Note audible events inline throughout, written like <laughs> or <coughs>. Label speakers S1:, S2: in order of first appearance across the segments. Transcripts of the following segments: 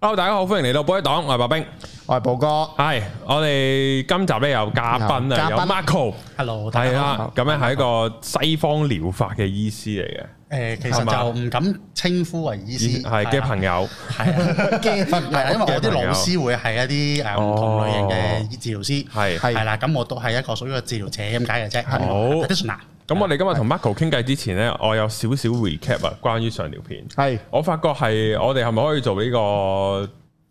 S1: Hello，大家好，歡迎嚟到寶藥黨，我係白冰，
S2: 我係寶哥，
S1: 係我哋今集咧有嘉賓啊，
S2: 嘉
S1: 有
S2: 賓啊
S1: Marco，
S3: Hello，大
S1: 係
S3: 家好。
S1: 啦，咁咧係一個西方療法嘅醫師嚟嘅，
S3: 誒，其
S1: 係嘛
S3: 實就唔敢稱呼為醫師，
S2: 啊
S1: 係嘅朋
S3: 友，
S1: 友， <laughs>
S3: 係啊，嘅朋係啦，因為我啲
S1: 嘅朋友
S3: 老師會係一啲誒唔同類型嘅治療師，
S1: 係
S2: 係
S3: 係啦，咁我都係一個屬於個治療者咁解嘅啫。
S1: 好
S3: Additional
S1: 咁
S2: 啊
S1: 我哋今日同 Marco 傾偈之前咧，我有少少 recap 啊，關於上條片，
S2: 係
S1: 我發覺係我哋係咪可以做呢個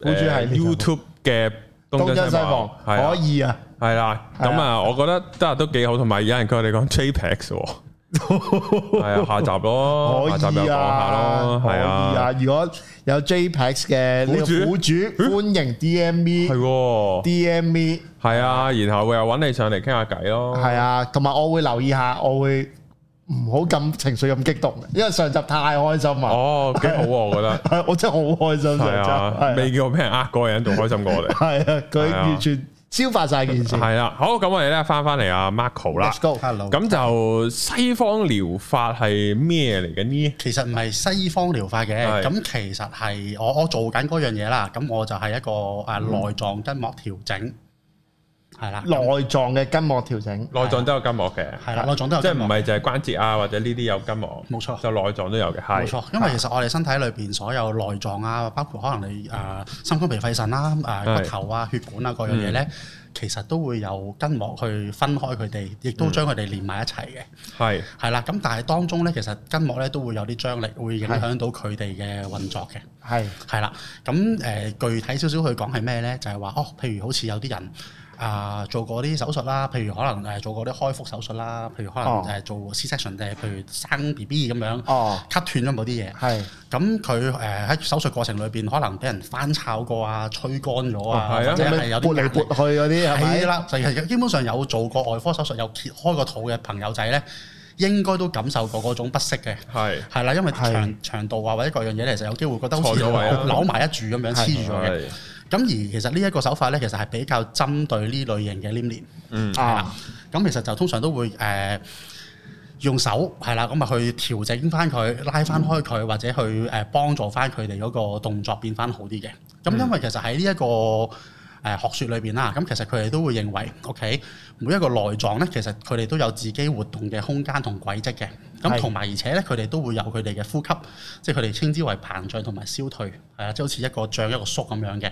S2: 好似係
S1: 誒 YouTube 嘅
S2: 東張西望，
S1: 係啊
S2: 可
S1: <laughs>
S2: 以啊，
S1: 係啦，
S2: 係
S1: 咁
S2: 啊
S1: 啊，我覺得得啊都幾好，同埋有人佢哋講 JPEG
S2: <laughs>
S1: 喎，係啊，下集咯，
S2: 可
S1: 下集又
S2: 以
S1: 講下
S2: 啊，
S1: 咯，係
S2: 可以
S1: 啊
S2: 啊，，如果有 JPEX 嘅呢個
S1: 苦
S2: 苦主，歡迎 DME
S1: 係喎，
S2: DME
S1: 係啊，然後又揾你上嚟傾下偈咯，
S2: 係啊，同埋我會留意下，我會唔好咁情緒咁激動，因為上集太開心啊，
S1: 哦，幾好喎，我覺
S3: <laughs>
S1: 得
S2: <laughs> 我真係好開心上
S1: 係
S2: 集，
S1: 啊，未
S2: 係
S1: 見過俾人呃過嘅人仲開心過我哋，
S3: <laughs>
S2: 啊係啊，佢
S1: 係啊
S2: 完全消化晒件事
S1: 係啦，好，咁我哋咧翻翻嚟阿 Marco 啦
S2: ，Let's，go，
S3: Hello，咁
S1: 咁就西方療法係咩嚟嘅呢？
S3: 其實唔係西方療法嘅，
S1: 係
S3: 咁其實係我我做緊嗰樣嘢啦，咁我就係一個誒內臟筋膜調整，係啦，
S2: 內臟嘅筋膜調整，
S1: 內臟都有筋膜嘅，
S3: 係啦，內臟都有
S1: 即係
S3: 筋
S1: 唔
S3: 膜
S1: 係就係關節啊或者呢啲有筋膜，
S3: 冇錯
S1: 就內臟都有嘅，係
S3: 冇。錯，因為其實我哋身體裏邊所有內臟啊，包括可能你誒、呃心肝脾肺腎啦、誒、
S1: 係
S3: 骨頭啊、血管啊各樣嘢咧，其實都會有筋膜去分開佢哋，亦都將佢哋連埋一齊嘅。
S1: 係
S3: 係啦、咁但係當中咧，其實筋膜咧都會有啲張力，會影響到佢哋嘅運作嘅。
S2: 係
S3: 係啦，咁誒、呃具體少少去講係咩咧？就係、話哦，譬如好似有啲人啊、做過啲手術啦，譬如可能誒、呃做過啲開腹手術啦，譬如可能誒、
S2: 哦
S3: 呃做 C section 定係譬如生 B B 咁樣 cut
S2: 哦，
S3: 斷咗某啲嘢。
S2: 係
S3: 咁佢誒喺手術過程裏邊，可能俾人翻炒過啊、吹乾咗啊，
S1: 哦係啊
S3: 或者係有
S2: 撥
S3: 啲壓
S2: 嚟
S3: 力
S2: 撥去嗰啲係咪
S3: 係？啦，就係啊基本上有做過外科手術、有揭開個肚嘅朋友仔咧，應該都感受過嗰種不適嘅。
S1: 係
S3: 係啦，因為
S2: 係
S3: 長長度啊或者各樣嘢呢，其實有機會覺得好似
S1: 錯咗位啊啦
S3: 扭埋一住咁樣黐住咗嘅。
S1: 係
S3: 咁而其實呢一個手法咧，其實係比較針對呢類型嘅黏連。
S1: 嗯
S3: 係啦，咁其實就通常都會誒、呃用手係啦，咁咪去調整翻佢，拉翻開佢，或者去誒、呃、幫助翻佢哋嗰個動作變翻好啲嘅。咁因為其實喺呢一個誒、呃、學説裏邊啦，咁其實佢哋都會認為，OK，每一個內臟咧，其實佢哋都有自己活動嘅空間同軌跡嘅。咁
S2: 係
S3: 同埋而且咧，佢哋都會有佢哋嘅呼吸，即係佢哋稱之為膨脹同埋消退，係啊，即係好似一個脹一個縮咁樣嘅。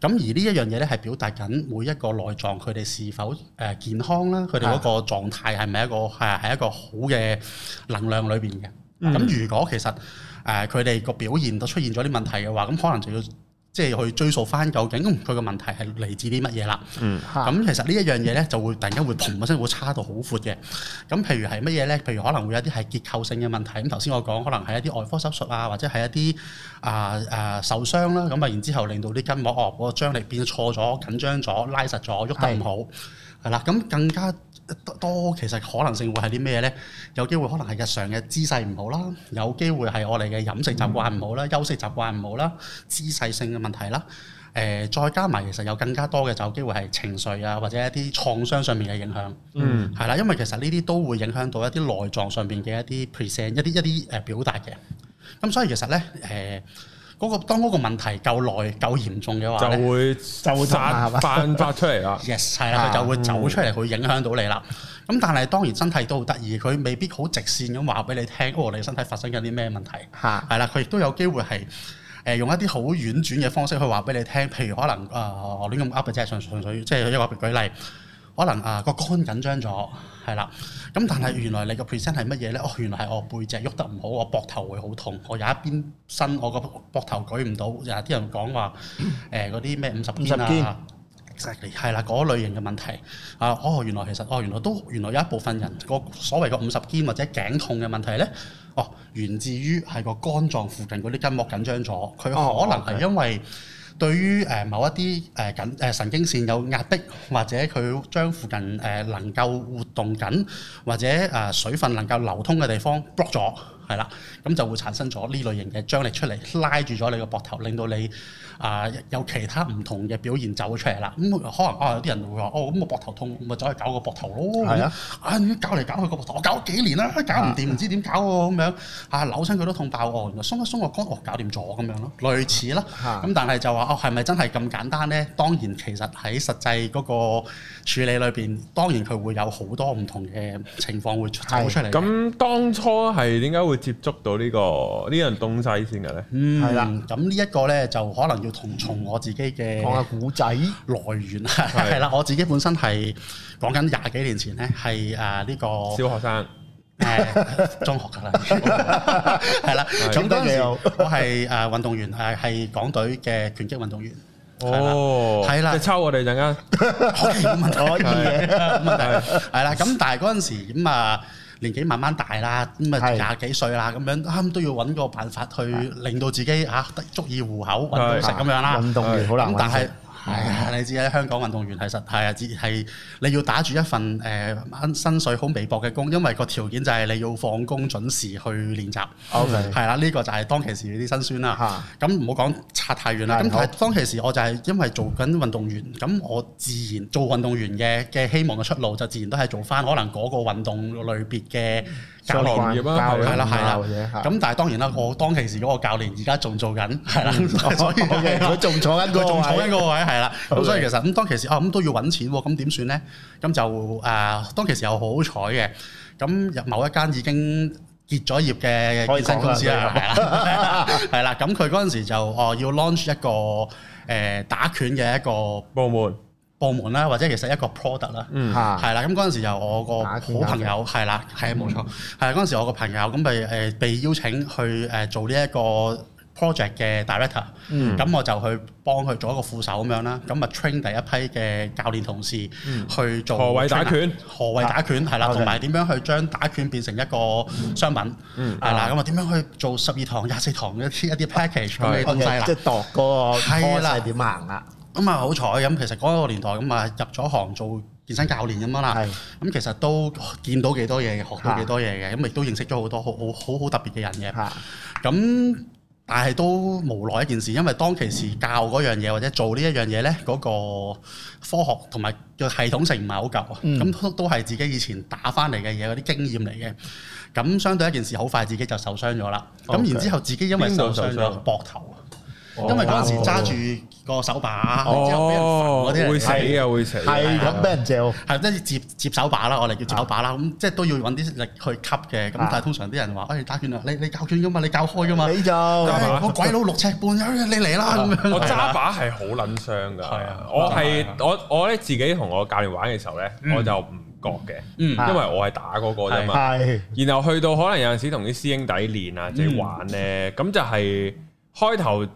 S3: 咁而呢一樣嘢咧，係表達緊每一個內臟佢哋是否誒健康啦，佢哋嗰個狀態係咪一個係係一個好嘅能量裏邊嘅。咁、如果其實誒佢哋個表現都出現咗啲問題嘅話，咁可能就要即係去追溯翻究竟嗯佢個問題係嚟自啲乜嘢啦。
S1: 嗯
S2: 嚇
S3: 咁其實呢一樣嘢咧，就會突然間會嘭一聲會差到好闊嘅。咁譬如係乜嘢咧？譬如可能會有一啲係結構性嘅問題。咁頭先我講，可能係一啲外科手術啊，或者係一啲啊啊受傷啦。咁啊，然之後令到啲筋膜哦嗰個張力變錯咗、緊張咗、拉實咗、喐得唔好，係啦。咁更加多多其實可能性會係啲咩咧？有機會可能係日常嘅姿勢唔好啦，有機會係我哋嘅飲食習慣唔好啦、休息習慣唔好啦、姿勢性嘅問題啦。誒、再加埋其實有更加多嘅就有機會係情緒啊，或者一啲創傷上面嘅影響，
S1: 嗯
S3: 係啦，因為其實呢啲都會影響到一啲內臟上面嘅一啲 present 一啲一啲誒表達嘅。咁所以其實咧誒。嗰個當嗰個問題夠耐、夠嚴重嘅話
S1: 就
S3: 咧
S1: 會
S2: 會痛
S1: 發
S2: 啊係嘛
S1: 翻發出嚟啦。
S3: yes 係啦，佢
S2: 啊
S3: 就會走出嚟，佢影響到你啦。咁但係當然身體都好得意，佢未必好直線咁話俾你聽，哦，你身體發生緊啲咩問題。
S2: 嚇
S3: 係啦，佢亦都有機會係誒、呃用一啲好婉轉嘅方式去話俾你聽，譬如可能啊、呃我亂咁噏嘅啫，純純粹即係一個舉例，可能啊個肝緊張咗，係啦，咁但係
S2: 嗯
S3: 原來你個 present 係乜嘢咧？哦，原來係我背脊喐得唔好，我膊頭會好痛，我有一邊身我個膊頭舉唔到，有啲人講話誒嗰啲咩五十肩
S2: 五十肩
S3: 啊。exactly 係啦，嗰類型嘅問題啊，哦，原來其實哦，原來都原來有一部分人個所謂個五十肩或者頸痛嘅問題咧，哦，源自於係個肝臟附近嗰啲筋膜緊張咗，佢可
S2: 哦
S3: 能係因為對於誒某一啲誒緊誒神經線有壓迫，或者佢將附近呃誒能夠活動緊或者誒水分能夠流通嘅地方 block 咗，係啦，咁就會產生咗呢類型嘅張力出嚟，拉住咗你個膊頭，令到你啊、有其他唔同嘅表現走咗出嚟啦。咁、可能啊有啲人會話哦，咁我膊頭痛，咪走去搞個膊頭咯。
S2: 係啊，啊
S3: 啊咁搞嚟搞去個膊頭，我搞咗幾年啦，搞唔掂，唔知點搞喎咁樣啊，扭親佢都痛爆喎，原來鬆一鬆個肝，哦搞掂咗咁樣咯，類似啦。
S2: 嚇
S3: 咁但係就話哦，係咪真係咁簡單呢？當然其實喺實際嗰個處理裏邊，當然佢會有好多唔同嘅情況會出走出嚟嘅。
S1: 咁當初係點解會接觸到呢個呢樣東西先嘅咧？
S3: 嗯
S2: 係啦，
S3: 咁呢一個呢，就可能要同從我自己嘅
S2: 講下古仔，
S3: 來源係係啦，我自己本身係講緊廿幾年前呢，係誒呢個
S1: 小學生
S3: 誒 <laughs> 中學㗎啦，係啦，咁嗰陣時
S2: 有
S3: 我係誒啊運動員，誒係港隊嘅拳擊運動員。係啦
S1: 哦，
S3: 係啦
S1: 即係抽我哋陣間，
S3: 可以冇問題， <laughs>
S2: 可以嘅
S3: 冇問題。係啦，咁但係嗰陣時咁啊，年紀慢慢大啦，咁啊
S2: 係
S3: 廿幾歲啦，咁樣啱都要揾個辦法去令到自己啊得足以糊口揾到
S1: 係
S3: 食咁樣啦。
S2: 運動員好難
S3: 咁
S2: 揾
S3: 但係
S2: 食。嗯
S3: 係啊，你知啦，香港運動員係實係啊，只係你要打住一份誒薪水好微薄嘅工，因為個條件就係你要放工準時去練習。
S2: OK
S3: 係啦，呢個就係當其時啲辛酸啦。咁唔好講拆太遠啦。
S2: 係好
S3: 咁但係當其時我就係因為做緊運動員，咁我自然做運動員嘅嘅希望嘅出路就自然都係做翻可能嗰個運動類別嘅教
S1: 上
S3: 練。
S1: 行業啊
S2: 教
S1: 係
S2: 練
S3: 係啦，係
S2: 教嘢
S3: 啦，
S2: 嚇
S3: 咁但係當然啦，我當其時嗰個教練而家仲做緊，係啦，所以
S2: 嗯哦
S3: 啊
S2: OK，佢仲坐緊嗰個
S3: 佢仲坐
S2: 位
S3: 緊嗰個位，係啦，
S2: OK
S3: 咁所以其實咁當其時啊，咁都要揾錢喎，咁點算咧？咁就誒，當其時又好彩嘅，咁入某一間已經結咗業嘅健身公司啦，
S2: 可以
S3: 係啦， <laughs> 係啦，咁佢嗰陣時就哦要 launch 一個誒打拳嘅一個
S1: 部門，
S3: 部門啦，或者其實一個 product 啦。
S1: 嗯，
S2: 嚇，
S3: 係啦，咁嗰陣時又我個
S2: 啊打
S3: 好
S2: 拳嗯
S3: 朋友係啦，係冇錯，係嗰陣時我個朋友咁咪誒被邀請去誒做呢一個 project 嘅 director，
S1: 嗯
S3: 咁我就去幫佢做一個副手咁樣啦，咁啊 train 第一批嘅教練同事
S2: 嗯
S3: 去做
S1: 何謂
S3: trainer
S1: 打拳
S3: 何謂打拳係啦，
S2: OK
S3: 同埋點樣去將打拳變成一個
S2: 嗯
S3: 商品係啦，咁啊點樣去做十二堂、廿四堂一啲一啲 package 咁嘅東西
S2: OK，
S3: 啦
S2: 即。係度嗰個
S3: 係啦
S2: course 係點行啦，
S3: 咁啊好彩咁，其實嗰個年代咁啊入咗行做健身教練咁樣啦
S2: 係，
S3: 咁其實都見到幾多嘢，學到幾多嘢嘅，咁亦都認識咗好多好好好好特別嘅人嘅。
S2: 嚇
S3: 咁但係都無奈一件事，因為當其時教嗰樣嘢或者做呢一樣嘢呢，嗰、個科學同埋個系統性唔係好夠啊。
S2: 嗯
S3: 咁、都都係自己以前打翻嚟嘅嘢，嗰啲經驗嚟嘅。咁相對一件事，好快自己就受傷咗啦。咁
S2: OK
S3: 然之後自己因為
S1: 邊
S3: 受
S1: 度
S3: 傷
S1: 受
S3: 咗
S1: 傷
S3: 膊頭，啊因為嗰陣時揸住個手把，然之後俾人
S1: 哦，
S3: 煩嗰啲嚟
S1: 會死啊，會死啊，
S2: 係咁俾人嚼，
S3: 係即係接接手把啦，我哋叫手把啦，咁即係都要揾啲力去吸嘅。咁
S2: 啊
S3: 但係通常啲人話：，誒打拳啊，你你教拳噶嘛，你教開噶嘛。
S2: 你就
S1: 係
S3: 哦誒我鬼佬六尺半，哎你嚟啦咁樣。啊
S1: 我揸把係好撚傷
S3: 係
S1: 㗎
S3: 啊，
S1: 我係我我咧自己同我教練玩嘅時候咧，我就唔覺嘅，因
S3: 嗯
S1: 為我係打嗰個啫嘛。
S2: 係
S1: 然後去到可能有陣時同啲師兄弟練啊，自己玩咧，咁就係開頭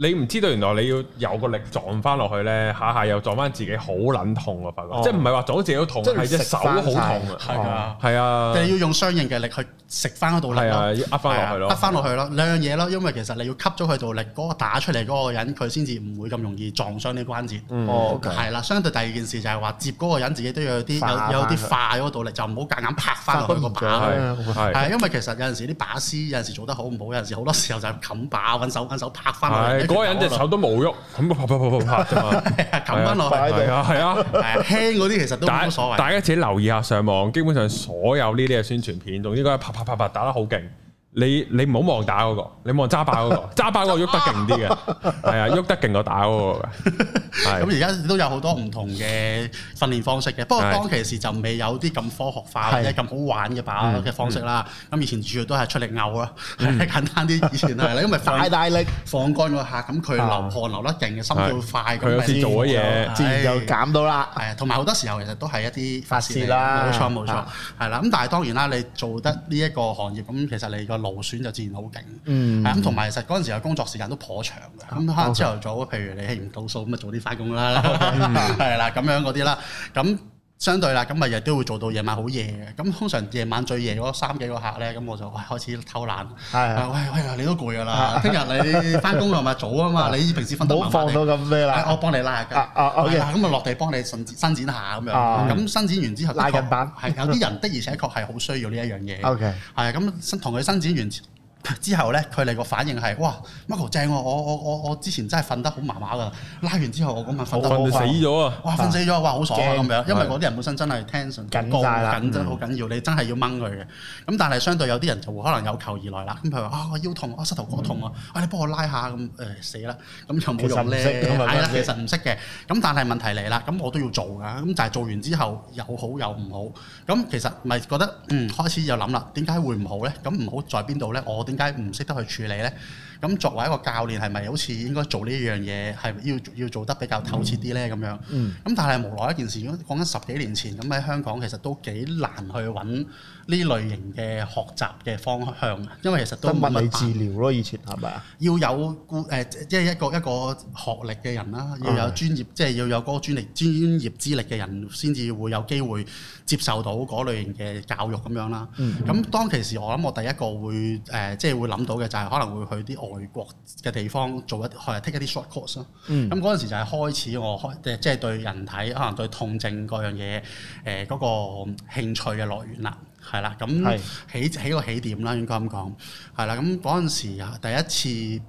S1: 你唔知道原來你要有個力撞翻落去咧，下下又撞翻自己，好撚痛啊！發覺
S2: 哦
S1: 即係唔係話撞到自己都痛，
S2: 即係
S1: 係隻手好痛
S2: 食
S1: 啊！
S2: 返
S3: 係啊，
S1: 係啊，
S3: 你要用相應嘅力去食翻嗰度力
S1: 係啊，
S3: 咯。
S1: 要呃翻落去
S3: 呃
S1: 咯。
S3: 翻落去咯，兩樣嘢咯，因為其實你要吸咗佢度力，嗰個打出嚟嗰個人，佢先至唔會咁容易撞傷啲關節。
S1: 嗯
S2: 哦，OK
S3: 係啦，相對第二件事就係話接嗰個人自己都要有啲
S2: 化
S3: 有有
S2: 返佢
S3: 啲化嗰個動力，就唔好夾硬拍翻落去個把
S2: 化
S3: 度
S2: 開。
S1: 係係
S3: 係因為其實有陣時啲把師有陣時做得好唔好，有陣時好多時候就係冚把揾手揾手拍翻落
S1: 係
S3: 去，
S1: 嗰個人隻手都冇喐，咁啪啪啪啪啪啫嘛。
S3: 冚翻落
S2: 擺
S3: 去，
S1: 係啊係啊。
S3: 係輕嗰啲其實都
S1: 大
S3: 冇乜所謂。
S1: 大家自己留意下上網，基本上所有呢啲嘅宣傳片，總之嗰一啪啪啪啪打得好勁。你你唔好望打嗰、個，你望揸
S3: <laughs>
S1: 把嗰、個，揸把嗰個喐得勁啲嘅，係啊，喐得勁過打嗰個嘅，係
S3: 咁 <laughs> 而家都有好多唔同嘅訓練方式嘅，不過
S1: 係
S3: 當其時就未有啲咁科學
S2: 係
S3: 化或者咁好玩嘅把
S1: 嗯
S3: 嘅方式啦。咁以前主要都係出力摳啦， <laughs> 簡單啲。以前係
S1: <laughs>
S3: 啦，因為
S2: 大
S1: 嗯
S3: 快
S2: 大力，
S3: 放乾嗰下，咁佢
S2: 啊
S3: 流汗流得勁，心跳快，
S1: 佢有
S3: 咁
S1: 時
S3: 咪
S1: 做咗嘢
S3: 係
S2: 自然就減到啦。
S3: 係啊，同埋好多時候其實都係一啲
S2: 發
S3: 泄
S2: 泄啦
S3: 冇錯冇錯
S2: 啊，
S3: 係啦。咁但係當然啦，你做得呢一個行業，咁其實你個勞損就自然好勁。
S2: 嗯
S3: 啊
S2: 啊
S3: 係咁同埋其實嗰陣時嘅工作時間都頗長嘅。咁可
S2: <laughs>
S3: 能朝頭早，譬如你起唔到數，咁咪早啲翻工啦，係啦，咁樣嗰啲啦。咁相對啦，咁咪日都會做到夜晚好夜嘅。咁通常夜晚最夜嗰三幾個客咧，咁我就喂開始偷懶。
S2: 係啊
S3: 啊喂喂，你都攰噶啦，聽日你翻工又咪早啊嘛，你平時瞓得
S2: 唔好
S3: 麻麻
S2: 放
S3: 地
S2: 到咁咩
S3: 啊我
S2: 啦，
S3: 幫你拉下筋。
S2: 啊啊，OK Ờ,
S3: 係啦咁啊落地幫你伸展伸展下咁樣。
S2: 啊
S3: 咁伸展完之後，
S2: 拉筋板
S3: 係有啲人的而且確係好需要呢一樣嘢。
S2: <laughs> ，OK，
S3: 係啊，咁伸同佢伸展完之 <laughs> 之後咧，佢哋個反應係哇，Michael 正喎、我我我我之前真係瞓得好麻麻噶，拉完之後我嗰晚瞓
S1: 我
S3: 得好
S1: 瞓到
S3: 快
S1: 死咗啊！
S3: 哇！瞓死咗，哇！好爽啊
S2: 驚
S3: 咁樣，因為嗰啲人本身真係 tension
S2: 緊
S3: 高
S2: 晒啦嗯
S3: 緊真好緊要，你真係要掹佢嘅。咁但係相對有啲人就會可能有求而來啦，咁佢話啊我腰痛，啊膝頭哥痛啊，啊你幫我拉下咁誒死啦，咁又冇用
S2: 嗯其實唔識
S3: 咧，
S2: 咁啊
S3: 係啦，
S2: 嗰陣
S3: 其
S2: 時
S3: 實唔識嘅。咁但係問題嚟啦，咁我都要做㗎，咁但係做完之後有好有唔好，咁其實咪覺得嗯開始又諗啦，點解會唔好咧？咁唔好在邊度咧？我點解唔識得去處理咧？咁作為一個教練，係咪好似應該做呢樣嘢係要要做得比較透徹啲咧？咁樣，
S2: 嗯
S3: 咁但係無奈一件事，如果講緊十幾年前，咁喺香港其實都幾難去揾呢類型嘅學習嘅方向，因為其實
S2: 得
S3: 都冇
S2: 物理
S3: 乜
S2: 治
S3: 辦
S2: 療咯，以前係咪啊？
S3: 要有顧誒、即係一個一個學歷嘅人啦，要有專業，即係要有嗰個專力專業資歷嘅人，先至會有機會接受到嗰類型嘅教育咁樣啦。咁、當其時，我諗我第一個會誒、即係會諗到嘅就係可能會去啲外國嘅地方做一係 take 一啲 short course 咯。
S2: Ừ. 嗯
S3: 咁嗰陣時就係開始我開即係即係對人體可能對痛症嗰樣嘢誒嗰個興趣嘅來源啦，係啦，咁
S2: 係
S3: 起起個起點啦，應該咁講係啦。咁嗰陣時啊第一次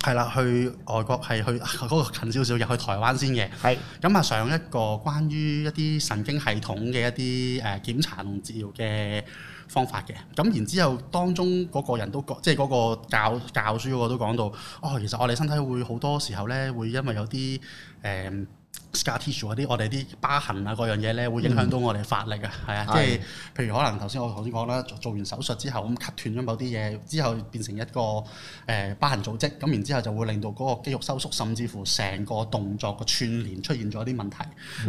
S3: 係啦，去外國係去啊嗰、個近少少嘅，去台灣先嘅。
S2: 係
S3: 咁啊，上一個關於一啲神經系統嘅一啲誒檢查同治療嘅方法嘅，咁然之後當中嗰個人都講，即係嗰個教教書嗰個都講到，哦，其實我哋身體會好多時候咧，會因為有啲誒。scar 呃 tissue 嗰啲，我哋啲疤痕啊嗰樣嘢咧，會影響到我哋發力啊，係啊，即係譬如可能頭先我頭先講啦，做做完手術之後咁 cut 斷咗某啲嘢，之後變成一個誒、呃疤痕組織，咁然之後就會令到嗰個肌肉收縮，甚至乎成個動作個串連出現咗啲問題，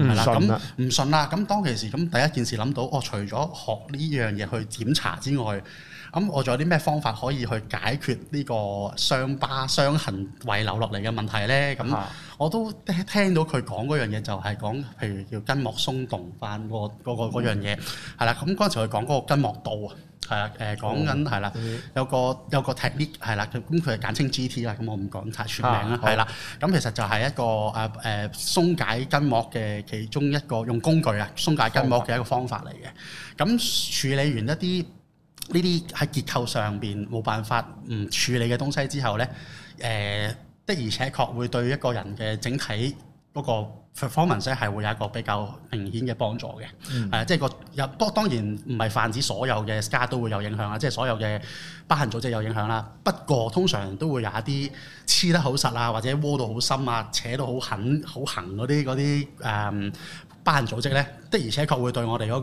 S3: 係啦，
S2: 順
S3: 咁
S2: 啦
S3: 嗯唔信啦。咁當其時咁第一件事諗到，哦，除咗學呢樣嘢去檢查之外，咁我仲有啲咩方法可以去解決呢個傷疤、傷痕遺留落嚟嘅問題咧？咁
S2: 啊
S3: 我都聽聽到佢講嗰樣嘢，就係講譬如叫筋膜鬆動翻嗰個嗰個嗰樣嘢，係啦。咁嗰陣時佢講嗰個筋膜道啊，係啊，誒講緊係啦，有個有個 technique 係啦，咁佢係簡稱 GT 啦，咁我唔講太全名啦
S2: 啊，好
S3: 係啦。咁其實就係一個誒誒鬆解筋膜嘅其中一個用工具啊，鬆解筋膜嘅一個方法嚟嘅。咁處理完一啲呢啲喺結構上邊冇辦法唔處理嘅東西之後咧，誒、的而且確會對一個人嘅整體嗰個 performance 呢係會有一個比較明顯嘅幫助嘅。係啊即係個有當當然唔係泛指所有嘅 scar 都會有影響啦，即係所有嘅疤痕組織有影響啦。不過通常都會有一啲黐得好實啊，或者窩到好深啊、扯到好狠、好痕嗰啲嗰啲誒疤痕組織咧，的而且確會對我哋嗰、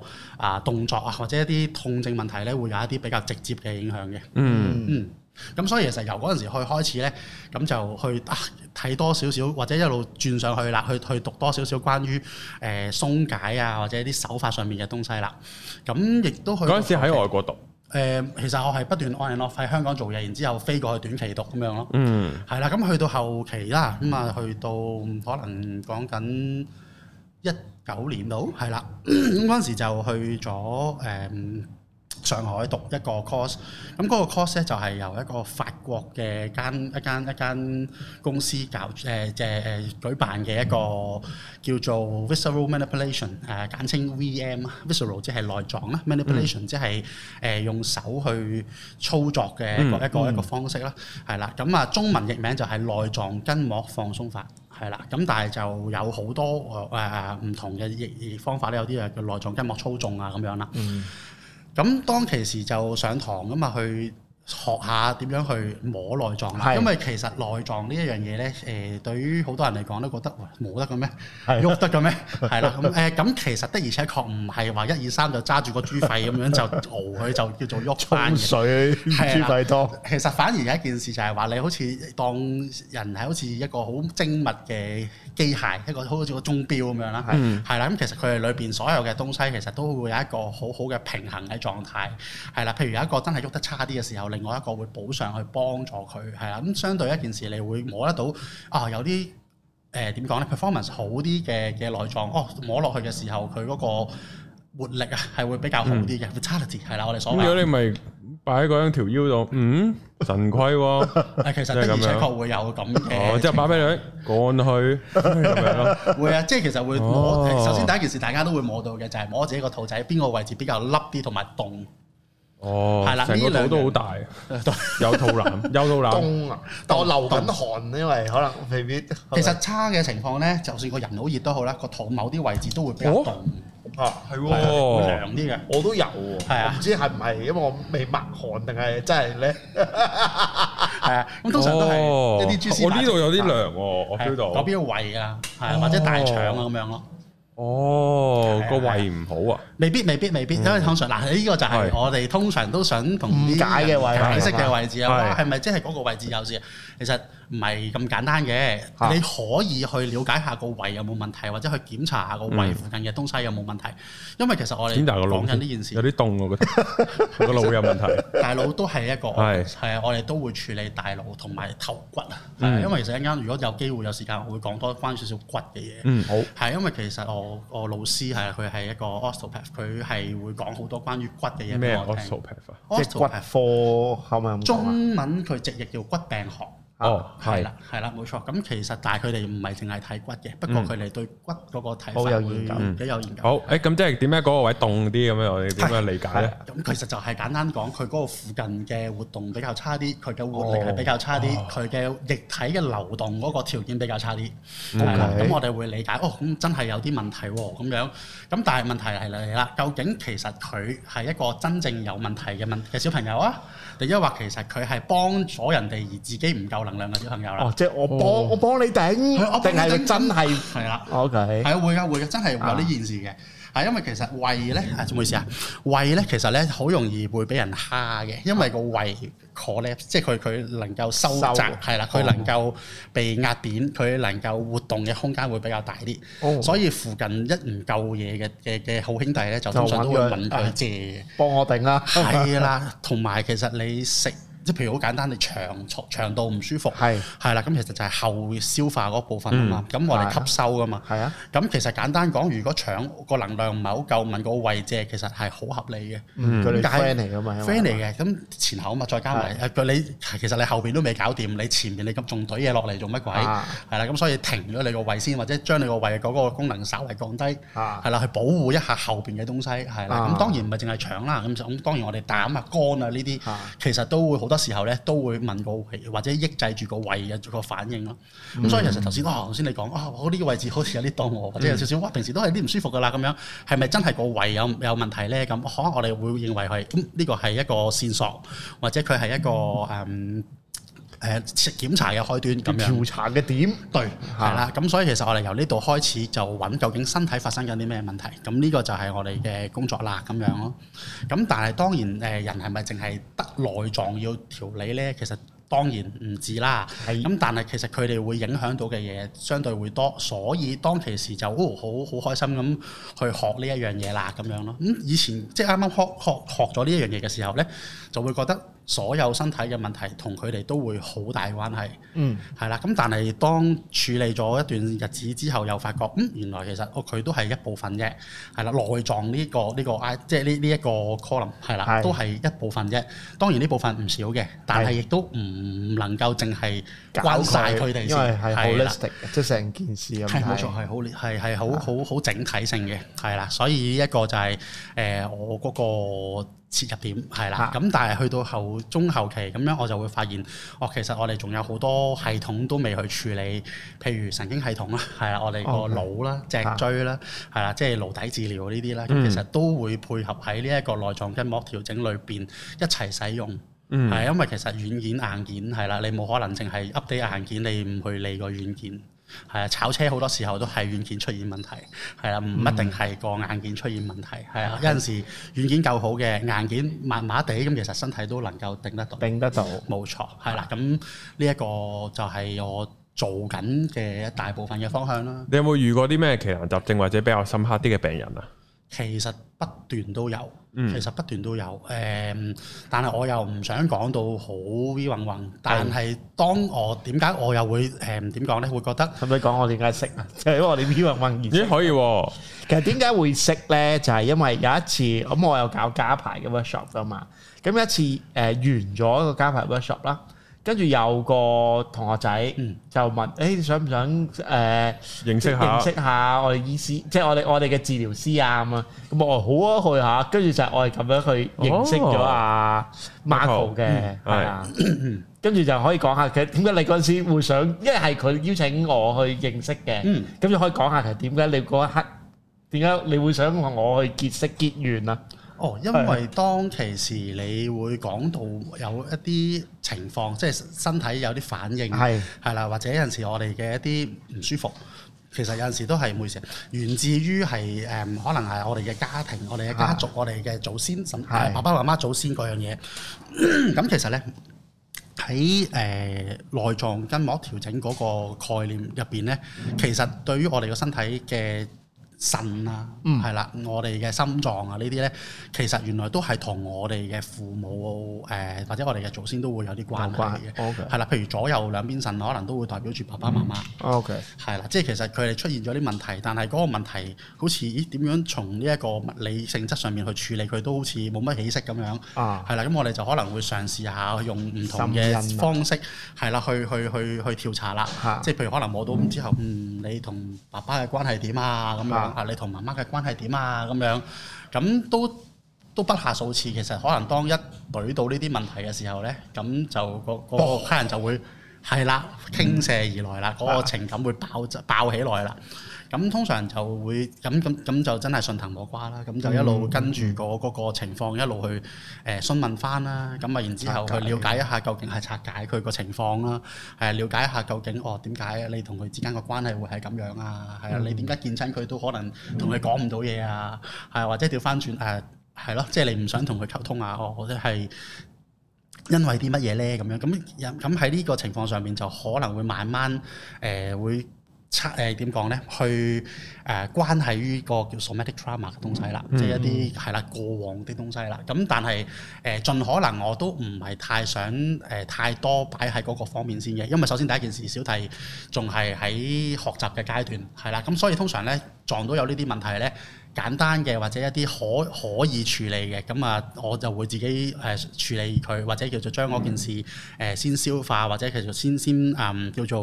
S3: 個啊、動作啊，或者一啲痛症問題咧，會有一啲比較直接嘅影響嘅。
S1: 嗯，
S3: 嗯，咁所以其實由嗰陣時去開始咧，咁就去啊睇多少少，或者一路轉上去啦，去去讀多少少關於誒、呃、鬆解啊，或者啲手法上面嘅東西啦。咁亦都去
S1: 嗰陣時喺外國讀，
S3: 誒、其實我係不斷 on and off 喺香港做嘢，然之後飛過去短期讀咁樣咯。
S1: 嗯，
S3: 係啦，咁去到後期啦，咁啊去到可能講緊一九年度，係啦，咁嗰陣時就去咗誒、嗯上海讀一個 course，咁嗰個 course 咧就係由一個法國嘅間一間一間公司搞誒即係誒舉辦嘅一個叫做 visceral manipulation 誒、簡稱 VM 啊 visceral 即係內臟啦，manipulation、即係誒用手去操作嘅一個、一個一個方式啦，係啦，咁啊中文譯名就係內臟筋膜放鬆法。係啦，咁但係就有好多誒誒唔同嘅譯譯方法咧，有啲啊誒叫內臟筋膜操縱啊咁樣啦。咁當其時就上堂咁啊，去學下點樣去摸內臟啦。
S2: 係
S3: 因為其實內臟呢一樣嘢咧，誒、對於好多人嚟講都覺得喂摸得嘅咩，
S2: 係
S3: 喐得
S2: <laughs>
S3: 嘅咩，係啦。咁誒咁其實的而且確唔係話一二三就揸住個豬肺咁樣就熬佢就叫做喐翻
S2: <laughs> 沖
S3: 嘅。
S2: 水
S3: 係啦
S2: 豬肺多，
S3: 其實反而有一件事就係話你好似當人係好似一個好精密嘅機械，一個好似個鐘錶咁樣啦，
S1: 嗯
S3: 係啦。咁其實佢哋裏邊所有嘅東西其實都會有一個好好嘅平衡嘅狀態，係啦。譬如有一個真係喐得差啲嘅時候，另外一個會補上去幫助佢，係啦。咁相對一件事，你會摸得到啊，有啲。誒、誒點講咧，performance 好啲嘅嘅內臟，哦摸落去嘅時候佢嗰個活力啊係會比較好啲嘅 v i t a l i t y 係啦，我哋所
S1: 嗯咁如果
S3: 謂。
S1: 你咪擺喺嗰張條腰度，嗯，神規
S3: <laughs>
S1: 喎，
S3: 誒其實
S1: 即係
S3: 的而
S1: 咁樣
S3: 且確會有咁
S1: 哦，
S3: 嘅
S1: 即係擺俾你幹去咁樣
S3: <laughs>
S1: 咯。
S3: 會
S1: <laughs>
S3: 啊，即係其實會摸。
S1: 哦
S3: 首先第一件事，大家都會摸到嘅就係摸自己個肚仔邊個位置比較凹啲同埋凍。
S1: 哦，
S3: 係啦
S1: 成個
S3: 呢
S1: 肚
S3: 兩
S1: 都好
S3: 樣 <laughs>
S1: 大，有肚腩，有肚腩。
S2: 凍啊！但我流緊汗，因為可能未必。
S3: 其實差嘅情況咧，就算個人好熱都好啦，個肚某啲位置都會比較
S1: 哦
S3: 凍，
S2: 啊，
S1: 係
S3: 係啊會
S1: 喎，
S3: 涼啲嘅。
S2: 我都有喎，
S3: 係啊
S2: 我唔知係唔係，因為我未抹汗定係真係咧。
S3: 係啊，咁通常都係
S1: 哦
S3: 一啲蛛絲
S1: 我
S3: 馬跡
S1: 呢度有啲涼喎，我 feel
S3: 啊嗰
S1: 到。
S3: 邊胃啊，
S1: 哦
S3: 係啊或者大腸啊咁樣咯。
S1: 哦
S3: 係，啊
S1: 個胃唔好啊。
S3: 未必，未必，未必，因為通常嗱，呢個就係
S1: 係
S3: 我哋通常都想同
S2: 誤
S3: 啲
S2: 解嘅位
S3: 解釋嘅位置啊，
S1: 係
S3: 哇係咪即係嗰個位置有事？啊其實唔係咁簡單嘅，
S2: 嚇
S3: 你可以去了解下個胃有冇問題，或者去檢查下個胃
S1: 嗯
S3: 附近嘅東西有冇問題。因為其實我哋
S1: 檢查個腦
S3: 啊講緊呢件
S1: 有 <laughs> 啲
S3: 事，
S1: 凍我覺
S3: <laughs>
S1: 得個腦有問題。
S3: 大腦都係一個
S1: 係
S3: 係啊，我哋都會處理大腦同埋頭骨啊。係啊
S1: 嗯
S3: 因為其實一陣間如果有機會有時間，我會講多關於少少骨嘅嘢。
S1: 嗯，
S3: <laughs>
S1: 好。
S3: 係因為其實我我老師係佢係一個 osteopath，佢係會講好多關於骨嘅嘢俾
S1: 咩
S3: 我聽。
S1: osteopath 啊？
S2: <laughs> 即係骨
S3: osteopath
S2: 科係咪咁講啊？
S3: 中文佢直譯叫骨病學，
S1: 哦，
S3: 係
S1: 係
S3: 啦。係啦，冇錯。咁其實但係佢哋唔係淨係睇骨嘅，不過
S1: 嗯
S3: 佢哋對骨嗰個睇法
S2: 好有研究
S3: 會幾有研究。
S1: 好，誒咁即係點解嗰個位凍啲咁樣？我哋點樣理解咧？
S3: 咁其實就係簡單講，佢嗰個附近嘅活動比較差啲，佢嘅活力係比較差啲，
S2: 哦
S3: 佢嘅液體嘅流動嗰個條件比較差啲。係啦
S2: 哦 OK
S3: 咁我哋會理解哦，咁真係有啲問題喎，咁樣。咁但係問題係嚟啦，究竟其實佢係一個真正有問題嘅問嘅小朋友啊，定抑或其實佢係幫咗人哋而自己唔夠能量嘅小朋友
S2: 哦
S3: 啦？，
S2: 即係我幫
S1: 哦
S2: 我幫你頂，
S3: 係我幫
S2: 定
S3: 你
S2: 係
S3: 頂
S2: 佢真 <laughs> 係
S3: 係啦。
S2: O K
S3: 係啊，會噶會噶，真係會有呢件事嘅。係因為其實胃咧，啊，唔好意思啊，胃咧其實咧好容易會俾人蝦嘅，因為個胃 collapse，即係佢佢能夠收哦窄
S2: 收，
S3: 係啦，佢能夠被壓扁，佢能夠活動嘅空間會比較大啲。
S2: 哦
S3: 所以附近一唔夠嘢嘅嘅嘅好兄弟咧，就通常都會問佢借嘅。
S2: 幫我頂啦，
S3: 係啦，同埋其實你食，即係譬如好簡單，你腸錯腸道唔舒服，
S2: 係
S3: 係啦，咁其實就係後消化嗰部分啊嘛，咁我哋吸收噶嘛。
S2: <laughs> 係啊，
S3: 咁其實簡單講，如果腸個能量唔係好夠，問個胃借，其實係好合理嘅。
S2: 嗯佢哋
S3: 點解
S2: friend 嚟噶嘛因為
S3: friend 嚟嘅，咁前後啊嘛，再加埋誒你其實你後邊都未搞掂，你前面你咁仲懟嘢落嚟做乜鬼？係
S2: 啊
S3: 啦，咁所以停咗你個胃先，或者將你個胃嗰個功能稍微降低，
S2: 啊
S3: 係啦，去保護一下後邊嘅東西，係啦。
S2: 啊
S3: 咁當然唔係淨係腸啦，咁就咁當然我哋膽啊、肝啊呢啲
S2: 啊，
S3: 其實都會好多時候咧都會問個胃，或者抑制住個胃嘅個反應咯。
S2: 嗯
S3: 咁所以其實頭先啊，頭先你講啊，我呢個位置好似有啲凍喎，或者
S2: 嗯
S3: 有少少哇，平時都係啲唔舒服噶啦咁樣，係咪真係個胃有有問題咧？咁可能我哋會認為係咁呢個係一個線索，或者佢係一個
S2: 嗯
S3: 誒誒檢查嘅開端咁樣。
S2: 調查嘅點
S3: 對，係啦，咁所以其實我哋由呢度開始就揾究竟身體發生緊啲咩問題，咁呢個就係我哋嘅工作啦，咁樣咯。咁但係當然誒、呃人係咪淨係得內臟要調理呢？其實當然唔止啦。
S2: 係
S3: 咁但係其實佢哋會影響到嘅嘢相對會多，所以當其時就哦好好開心咁去學呢一樣嘢啦咁樣咯。咁、以前即係啱啱學學學咗呢一樣嘢嘅時候呢，就會覺得所有身體嘅問題同佢哋都會好大關係。
S2: 嗯
S3: 係啦，咁但係當處理咗一段日子之後，又發覺嗯原來其實哦佢都係一部分啫，係啦，內臟呢、個呢、個 I 即係呢呢一個 column 係啦
S2: 係，
S3: 都係一部分啫。當然呢部分唔少嘅，但係亦都唔能夠淨係
S2: 搞
S3: 關晒佢哋先，
S2: 因為係
S3: 係啦
S2: holistic，嘅即係成件事咁
S3: 係冇錯，
S2: 睇。
S3: 係好係係好好好整體性嘅，係啦，所以呢一個就係、呃我嗰個切入點係啦，
S2: 嚇
S3: 咁但係去到後中後期咁樣，我就會發現，哦，其實我哋仲有好多系統都未去處理，譬如神經系統啦，啊係啦，我哋個腦啦、脊
S2: 嚇
S3: 椎啦，係啦，即係顱底治療呢啲啦，
S1: 嗯
S3: 咁其實都會配合喺呢一個內臟筋膜調整裏邊一齊使用。
S1: 嗯，
S3: 係因為其實軟件硬件係啦，你冇可能淨係 update 硬件，你唔去理個軟件。係啊，炒車好多時候都係軟件出現問題，係啦，唔一定係個硬件出現問題，係啊，有陣時軟件夠好嘅，硬件麻麻地咁，其實身體都能夠頂得到。
S2: 頂得到，
S3: 冇錯，係啦，咁呢一個就係我做緊嘅大部分嘅方向啦。
S1: 你有冇遇過啲咩奇難雜症或者比較深刻啲嘅病人啊？
S3: 其實不斷都有，
S1: 嗯
S3: 其實不斷都有誒、但係我又唔想講到好 V 混混。但係當我點解我又會誒點講咧？會覺得
S4: 使唔使講我點解識啊？ <laughs> 就係因為我哋 V 運運
S1: 咦可以喎，
S4: 其實點解會識呢？就係、因為有一次咁，我有搞加牌嘅 workshop 噶嘛。咁有一次誒、呃完咗個加牌 workshop 啦，跟住有個同學仔
S3: 嗯
S4: 就問：，誒、你想唔想誒、呃
S1: 認識下
S4: 認識下我哋醫師，即係我哋我哋嘅治療師啊咁啊？咁我話好啊，去下。跟住就係我哋咁樣去認識咗啊 Marco 嘅，係啊。 <coughs> 跟住就可以講下其實點解你嗰陣時會想，因為係佢邀請我去認識嘅。
S3: 嗯
S4: 咁就可以講下其實點解你嗰一刻點解你會想同我去結識結緣啊？
S3: 哦，因為當其時你會講到有一啲情況，即係身體有啲反應，啊
S4: 係
S3: 係啦，或者有陣時我哋嘅一啲唔舒服。其實有陣時都係唔好意思，源自於係誒、可能係我哋嘅家庭、我哋嘅家族、我哋嘅祖先，甚
S4: 係
S3: 爸爸媽媽祖先嗰樣嘢。 <clears throat> 咁其實咧喺誒內臟筋膜調整嗰個概念入邊咧，其實對於我哋嘅身體嘅腎啊，係啦、我哋嘅心臟啊呢啲咧，其實原來都係同我哋嘅父母誒、或者我哋嘅祖先都會有啲關係嘅。
S4: OK
S3: 係啦，譬如左右兩邊腎可能都會代表住爸爸媽媽。
S4: OK
S3: 係啦，即係其實佢哋出現咗啲問題，但係嗰個問題好似咦點樣從呢一個物理性質上面去處理佢，都好似冇乜起色咁樣。
S4: 啊，
S3: 係啦，咁我哋就可能會嘗試下用唔同
S4: 心印
S3: 嘅
S4: 啊
S3: 方式，係啦，去去去去調查啦
S4: 嚇。
S3: 即係譬如可能摸到之後，嗯，你同爸爸嘅關係點啊？咁
S4: 嚇
S3: 樣啊，你同媽媽嘅關係點啊？咁樣咁都都不下數次。其實可能當一懟到呢啲問題嘅時候咧，咁就個個客人就會係啦，傾瀉而來啦，嗰、個情感會爆爆起來啦。咁通常就會咁咁咁就真係順藤摸瓜啦，咁就一路跟住個嗰個情況一路去誒詢問翻啦，咁啊然之後去了解一下究竟係拆解佢個情況啦，誒了解一下究竟哦點解你同佢之間個關係會係咁樣啊？係啊，你點解見親佢都可能同佢講唔到嘢啊？係啊或者調翻轉誒係咯，即係你唔想同佢溝通啊？哦，或者係。因為啲乜嘢咧咁樣，咁咁喺呢個情況上面就可能會慢慢誒、呃、會測誒點講咧，去誒、呃、關係於個叫 somatic trauma 嘅東西啦，即係一啲係啦過往啲東西啦。咁但係誒、呃、盡可能我都唔係太想誒、呃太多擺喺嗰個方面先嘅，因為首先第一件事，小弟仲係喺學習嘅階段，係啦，咁所以通常咧撞到有呢啲問題咧。簡單嘅或者一啲可可以處理嘅，咁啊我就會自己誒、呃、處理佢，或者叫做將嗰件事誒、呃先消化，或者叫做先先嗯叫做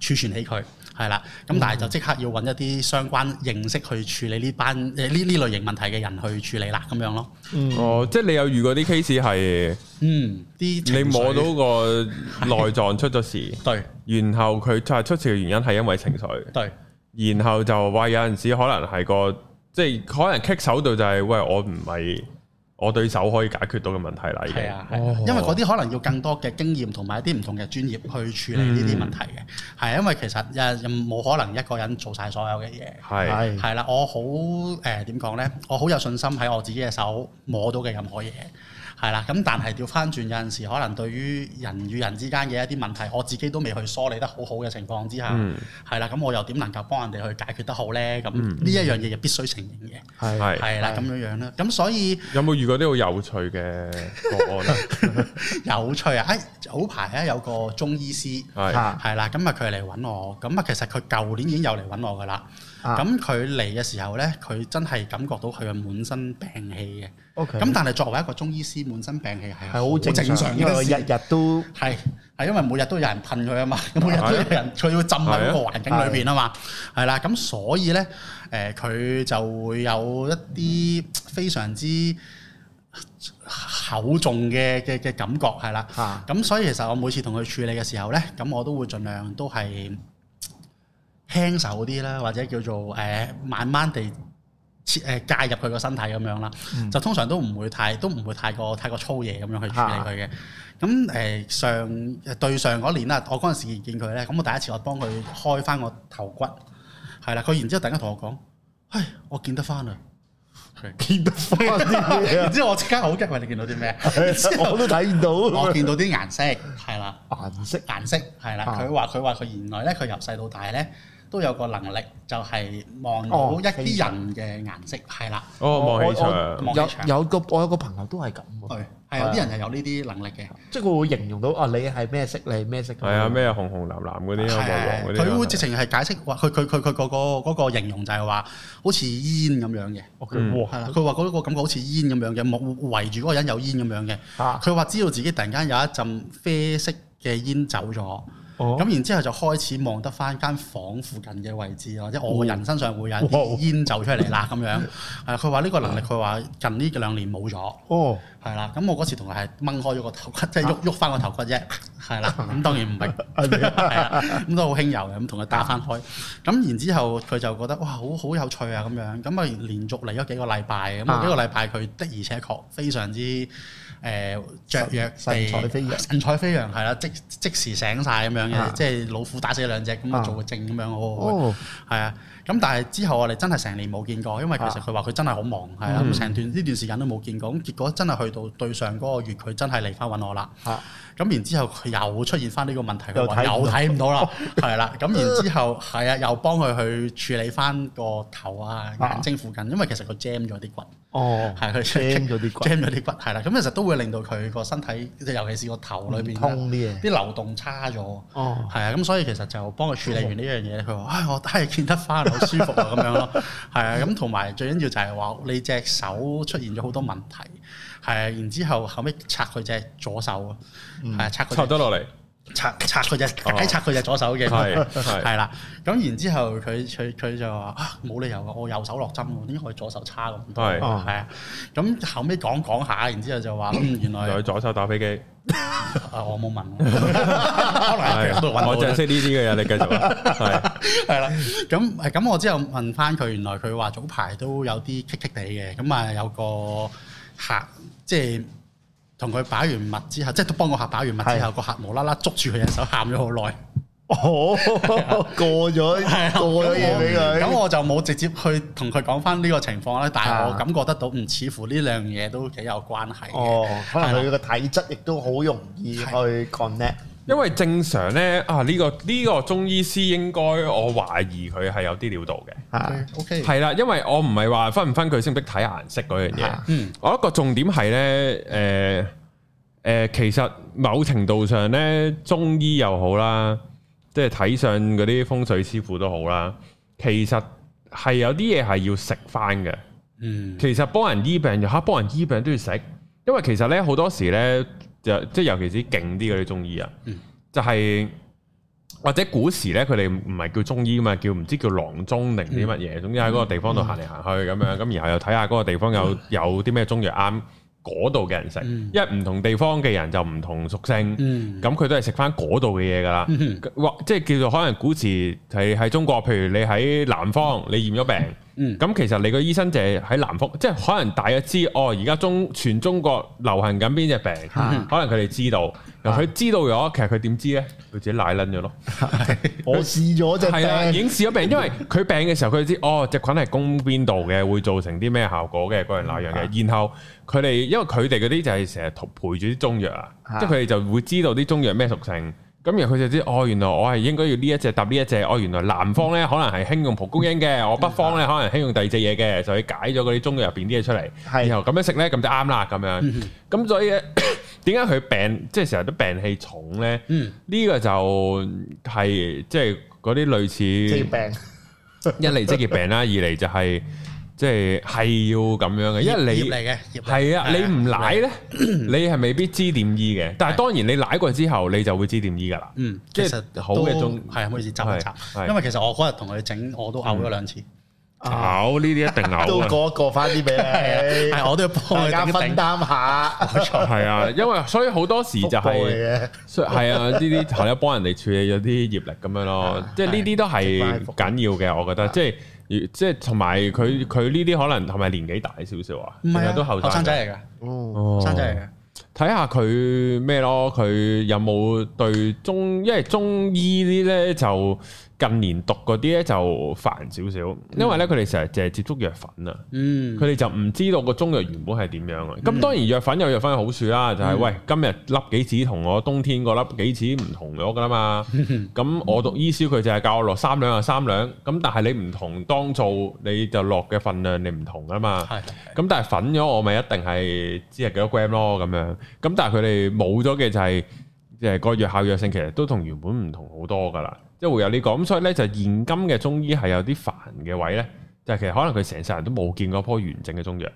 S3: 儲存起佢，係啦。咁但係就即刻要揾一啲相關認識去處理呢班誒呢呢類型問題嘅人去處理啦，咁樣咯。
S1: 哦，即係你有遇過啲 case 係
S3: 嗯，啲情緒
S1: 你摸到個內臟出咗
S3: <laughs>
S1: 事，
S3: 對
S1: 然後佢就係出事嘅原因係因為情緒。
S3: 對
S1: 然後就話有陣時可能係個即係可能棘手到就係、喂我唔係我對手可以解決到嘅問題啦已經
S3: 係啊，係啊因為嗰啲可能要更多嘅經驗同埋一啲唔同嘅專業去處理呢啲問題嘅，嗯係、因為其實誒冇可能一個人做晒所有嘅嘢。
S1: 係
S4: 係
S3: 係啦，我好誒點講咧？我好有信心喺我自己嘅手摸到嘅任何嘢，係啦。咁但係調翻轉有陣時，可能對於人與人之間嘅一啲問題，我自己都未去梳理得好好嘅情況之下，
S1: 嗯
S3: 係啦、咁我又點能夠幫人哋去解決得好咧？咁呢一樣嘢亦必須承認嘅，
S4: 係
S1: 係
S3: 係啦，
S4: 係
S3: 咁樣樣啦。咁所
S4: <laughs>
S3: 以
S1: 有冇遇過啲好有趣嘅個案
S3: <laughs>
S1: 啊？
S3: 有趣啊！誒、早排咧有個中醫師。
S1: 係
S4: 嚇
S3: 係啦，咁啊佢嚟揾我，咁啊其實佢舊年已經有嚟揾我噶啦。
S4: 啊
S3: 咁佢嚟嘅時候呢，佢真係感覺到佢嘅滿身病氣嘅。
S4: OK
S3: 咁但係作為一個中醫師，滿身病氣係
S4: 係好正常，因為我
S3: 嘅
S4: 日
S3: 事。
S4: 日都
S3: 係係因為每日都有人噴佢啊嘛， <laughs> 每日都有人佢要浸喺嗰個環境裏邊啊嘛，係啦，咁所以咧誒佢就會有一啲非常之 <sighs> 厚重嘅嘅嘅感覺係啦，
S4: 啊
S3: 咁所以其實我每次同佢處理嘅時候咧，咁我都會盡量都係輕手啲啦，或者叫做誒、慢慢地。切誒介入佢個身體咁樣啦，就通常都唔會太都唔會太過太過粗野咁樣去處理佢嘅。咁誒、呃上誒對上嗰年啊啦，我嗰陣時見佢咧，咁我第一次我幫佢開翻個頭骨，係啦，佢然之後突然間同我講：，唉，我見得翻啦！
S4: 見到翻啲嘢
S3: 然之後我即刻好驚，喂，你見到啲咩啊？
S2: <laughs>
S4: 啊，我都睇唔到。
S3: 我見到啲顏色，係啦。
S4: 顏色
S3: 顏色係啦，
S4: 啊
S3: 佢話佢話佢原來咧，佢由細到大咧都有個能力，就係望
S2: 哦
S3: 到一啲人嘅顏色，係啦，
S1: 哦，望起
S2: 我
S1: 場
S3: 望
S2: 有
S3: 起場
S2: 有個我有個朋友都係咁喎，
S3: 對，係有啲人係有呢啲能力嘅，
S4: 即係佢會形容到啊，你係咩色，你係咩色。
S1: 係啊，咩紅紅藍藍嗰啲啊，黃
S3: 係
S1: 黃嗰啲啊，
S3: 佢會直情係解釋話，佢佢佢佢嗰個嗰個形容就係話，好似煙咁樣嘅，
S4: 哦？
S1: 嗯
S4: 佢
S3: 係啦，佢話嗰個感覺好似煙咁樣嘅，冇圍住嗰個人有煙咁樣嘅，
S2: 啊
S4: 哇
S3: 佢話知道自己突然間有一陣啡色嘅煙走咗。
S4: 哦
S3: 咁然之後就開始望得翻間房附近嘅位置啊咯，即係我個人身上會有
S4: 哦哇
S3: 啲煙走出嚟啦咁
S4: <laughs>
S3: 樣。係佢話呢個能力，佢話近呢兩年冇咗，
S4: 哦，
S3: 係啦。咁我嗰時同佢係掹開咗個頭骨，即
S4: 啊
S3: 係喐喐翻個頭骨啫，係啦。咁當然唔係，係啊，咁都好輕柔嘅，咁同佢打翻開。咁然之後佢就覺得哇，好好有趣啊咁樣。咁啊連續嚟咗幾個禮拜，咁啊幾個禮拜佢的而且確非常之。誒雀躍地
S2: 神神采飛揚
S3: 神采飛揚係啦，即即時醒晒咁樣
S2: 啊
S3: 嘅，即係老虎打死兩隻咁
S2: 啊
S3: 啊，做個證咁樣，好好
S2: 哦，
S3: 係啊。咁但係之後我哋真係成年冇見過，因
S4: 啊
S3: 為其實佢話佢真係好忙，係
S4: 嗯
S3: 啊，咁成段呢段時間都冇見過。咁結果真係去到對上嗰個月，佢真係嚟翻揾我啦。
S2: 嚇
S3: 咁然之後佢又出現翻呢個問題，
S4: 啊又
S3: 佢話
S4: 睇唔
S3: 又
S4: 到
S3: 睇唔
S4: <laughs>
S3: 到啦，係啦。咁然之後係啊，又幫佢去處理翻個頭啊、
S2: 啊
S3: 眼睛附近，因為其實佢 jam 咗啲骨。
S4: 哦，
S3: 係佢
S4: jam 咗啲骨
S3: <laughs> jam 咗啲骨係啦，咁其實都會令到佢個身體，即係尤其是個頭裏邊
S2: 通啲嘢
S3: 啲流動差咗。
S4: 哦，
S3: 係啊，咁所以其實就幫佢處理完呢樣嘢，佢話：唉，我唉見得翻，好舒服啊咁樣咯。係啊，咁同埋最緊要就係話你隻手出現咗好多問題，係啊，然之後後尾拆佢隻左手啊，係啊，拆佢
S1: 插
S3: 隻
S1: 得落嚟，
S3: 拆拆佢隻
S1: 哦
S3: 解拆佢隻左手嘅，
S1: 係係
S3: <laughs> 係啦。咁然之後佢佢佢就話啊冇理由㗎，我右手落針喎，點解我左手差咁多？
S1: 係
S4: 哦
S3: 係啊。咁後尾講講下，然之後就話嗯原來
S1: 又去左手打飛機，
S3: 啊我 <laughs> 冇問，可能喺度
S1: 係
S3: 揾
S1: 我
S3: 我
S1: 淨係識呢啲嘅嘢，你繼續啊，
S3: <laughs>
S1: 係
S3: 係啦，咁誒咁我之後問翻佢，原來佢話早排都有啲棘棘地嘅，咁啊有個客即係同佢擺完脈之後，即係都幫個客擺完脈之後，個客無啦啦捉住佢隻手喊咗好耐，
S2: 哦， <laughs> 過
S1: 哎
S2: 咗
S3: <laughs> 係啊
S2: 過咗嘢俾佢，
S3: 咁我就冇直接去同佢講翻呢個情況啦，但係我
S2: 啊
S3: 感覺得到，嗯，似乎呢兩樣嘢都幾有關係嘅。
S2: 哦，可能佢個體質亦都好容易去 connect，
S1: 因為正常咧啊，呢個呢個中醫師應該我懷疑佢係有啲料到嘅。
S2: 嚇
S3: O K，
S1: 係啦，因為我唔係話分唔分佢識唔識睇顏色嗰樣嘢
S2: 啊，
S3: 嗯
S1: 我一個重點係咧，誒、誒、其實某程度上咧，中醫又好啦，即係睇相嗰啲風水師傅都好啦，其實係有啲嘢係要食翻嘅。
S3: 嗯，
S1: 其實幫人醫病就嚇，幫人醫病都要食，因為其實咧好多時咧就即係尤其是勁啲嗰啲中醫啊，
S3: 嗯
S1: 就係、或者古時咧佢哋唔係叫中醫嘛，叫唔知叫郎中定唔
S3: 嗯
S1: 知乜嘢，總之喺嗰個地方度行嚟行去咁樣，咁然後又睇下嗰個地方有有啲咩中藥啱嗰度嘅人食，
S3: 嗯
S1: 因為唔同地方嘅人就唔同屬性，
S3: 嗯
S1: 咁佢、都係食翻嗰度嘅嘢㗎啦。
S3: 嗯
S1: 或即係叫做可能古時係喺中國，譬如你喺南方你驗咗病，
S3: 嗯
S1: 咁其實你個醫生就係喺南方，即係可能大約知哦，而家中全中國流行緊邊只病，
S2: 嗯
S1: 可能佢哋知道，
S3: 嗯
S1: 然後佢知道咗，其實佢點知呢？佢自己奶撚咗咯，
S2: 我試咗隻
S1: 係啊
S2: <laughs>
S1: 啦，已經
S2: 病，
S1: 試咗病，因為佢病嘅時候佢就知哦，只菌係攻邊度嘅，會造成啲咩效果嘅嗰樣那樣嘅，然後佢哋因為佢哋嗰啲就係成日陪住啲中藥啊，
S2: 啊
S1: 即係佢哋就會知道啲中藥咩屬性。咁然後佢就知哦，原來我係應該要呢一隻搭呢一隻，哦，原來南方咧可能係興用蒲公英嘅，我北方咧可能興用第二隻嘢嘅，就去解咗嗰啲中藥入邊啲嘢出嚟，
S2: 係
S1: 然後咁樣食咧咁就啱啦咁樣。咁所以咧， <coughs> 點解佢病即係成日都病氣重咧？
S3: 嗯
S1: 呢個就係即係嗰啲類
S2: 隻
S1: 似
S2: 病
S1: 一嚟職業病 <laughs> 啦，二嚟就係即係係要咁樣嘅，因為
S3: 葉
S1: 你
S3: 嚟嘅，葉嚟
S1: 係啊，你唔奶咧， <clears throat> 你係未必知點醫嘅。但係當然你奶過之後，你就會知點醫噶啦。
S3: 嗯，
S1: 即
S3: 其
S1: 係
S3: 實
S1: 好嘅中
S3: 係啊，唔好意思，執一
S1: 係
S3: 執，因為其實我嗰日同佢整，我都嘔咗兩次，
S1: 啊
S2: 啊
S1: 嘔呢啲一定嘔
S2: 都
S1: 啊
S2: 過一過翻啲俾你，
S3: 係我都要幫
S2: 大
S3: 佢
S2: 家
S3: 頂一
S2: 分
S3: 頂。
S2: 擔下，
S1: 啊，係啊，因為所以好多時就 <laughs> 係
S2: 嘅，
S1: 所以係啊，呢啲係啦，幫人哋處理咗啲業力咁樣咯，啊即係呢啲都係啊緊要嘅，我覺得即係。即係同埋佢佢呢啲可能係咪年紀大少少啊？
S3: 唔係
S1: 定
S3: 啊，
S1: 係都後
S3: 後生仔嚟㗎，
S2: 嗯
S1: 哦
S3: 後生仔嚟㗎。
S1: 睇下佢咩咯，佢有冇對中，因為中醫啲咧就近年讀嗰啲咧就煩少少，因為咧佢哋成日淨係接觸藥粉啊，
S3: 嗯，
S1: 佢哋就唔知道個中藥原本係點樣啊。咁當然藥粉有藥粉嘅好處啦，
S3: 嗯
S1: 就係喂今日粒杞子同我冬天個粒杞子唔同咗噶啦
S3: <laughs>
S1: 嘛。咁我讀醫書佢就係教我落三兩啊三兩，咁但係你唔同當造你就落嘅份量你唔同噶嘛。
S3: 係
S1: 咁但係粉咗我咪一定係知係幾多 gram 咯咁樣。咁但係佢哋冇咗嘅就係、誒個藥效藥性其實都同原本唔同好多㗎啦，即係會有呢、個。咁所以咧就現今嘅中醫係有啲煩嘅位咧，就係、其實可能佢成世人都冇見過棵完整嘅中藥，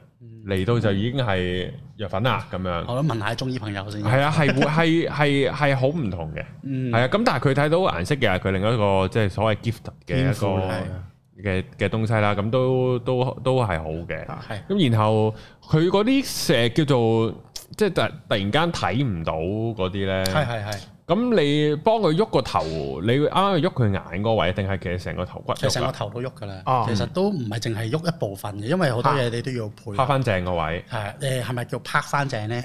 S1: 嚟到就已經係藥粉啦咁
S2: 哦
S1: 樣。
S3: 我諗問下中醫朋友先。
S1: 係啊，係會係係係好唔同嘅，
S3: 嗯
S1: 係啊。咁但係佢睇到顏色嘅係佢另一個即係所謂 gift 嘅
S2: 天
S1: 一
S2: 賦係啊
S1: 個嘅嘅東西啦。咁都都都係好
S2: 啊
S1: 嘅。
S3: 係
S1: 咁然後佢嗰啲成日叫做即係突突然間睇唔到嗰啲咧，
S3: 係係係，
S1: 咁你幫佢喐個頭，你啱啱去喐佢眼嗰位，定係其實成個頭骨
S3: 其實成
S1: 喐
S3: 個
S1: 啊啊
S3: 頭都喐㗎啦
S2: 哦。
S3: 其實都唔係淨係喐一部分嘅，因為好多嘢你都要配合
S1: 拍翻正個位？
S3: 係啊誒係咪叫拍翻正咧？誒、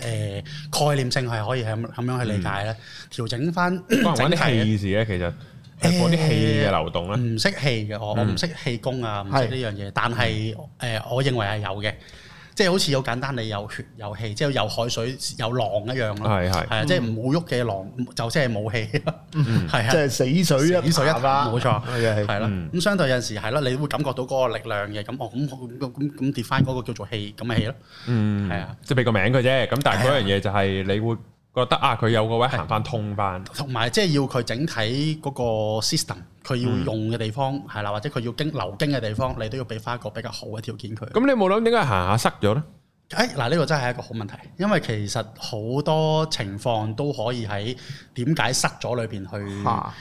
S3: 概念性係可以係咁咁樣去理解咧，
S1: 嗯
S3: 調整翻
S1: 關唔關
S3: 整
S1: 啲
S3: 體
S1: 氣事咧？其實係嗰啲氣嘅流動咧，
S3: 唔識氣嘅，
S1: 嗯
S3: 我我唔識氣功啊，唔識呢樣嘢，但係誒、我認為係有嘅，即係好似好簡單，你有血有氣，即係有海水有浪一樣咯，
S1: 係係
S3: 係啊，即係冇喐嘅浪就即係冇氣咯， <laughs> 係啊
S2: 即。係死水一
S3: 死水一潭
S2: 潭啦
S3: 冇錯
S2: 係啊係
S3: 係啦，
S1: 嗯
S3: 咁相對有陣時係啦，你會感覺到嗰個力量嘅，咁我咁咁咁咁 define 嗰個叫做氣，咁咪氣咯，
S1: 嗯，
S3: 係啊，
S1: 即係俾個名佢啫。咁但係嗰樣嘢就係你會覺得啊，佢有個位行翻通翻，
S3: 同埋即係要佢整體嗰個 system，佢要
S1: 嗯
S3: 用嘅地方係啦，或者佢要經流經嘅地方，你都要俾翻一個比較好嘅條件佢。
S1: 咁你冇諗點解行下塞咗咧？
S3: 誒嗱，呢個真係一個好問題，因為其實好多情況都可以喺點解塞咗裏邊去
S2: 嚇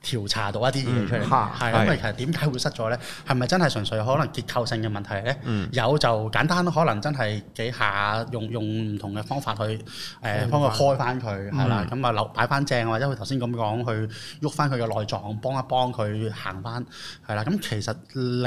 S3: 調查到一啲嘢出嚟，
S2: 嗯嚇
S3: 係因為其實點解會塞咗呢？係咪真係純粹可能結構性嘅問題呢？
S1: 嗯
S3: 有就簡單，可能真係幾下用用唔同嘅方法去誒幫佢開翻佢，係啦，咁啊留擺翻正，或者佢頭先咁講，去喐翻佢嘅內臟，幫一幫佢行翻，係啦。咁其實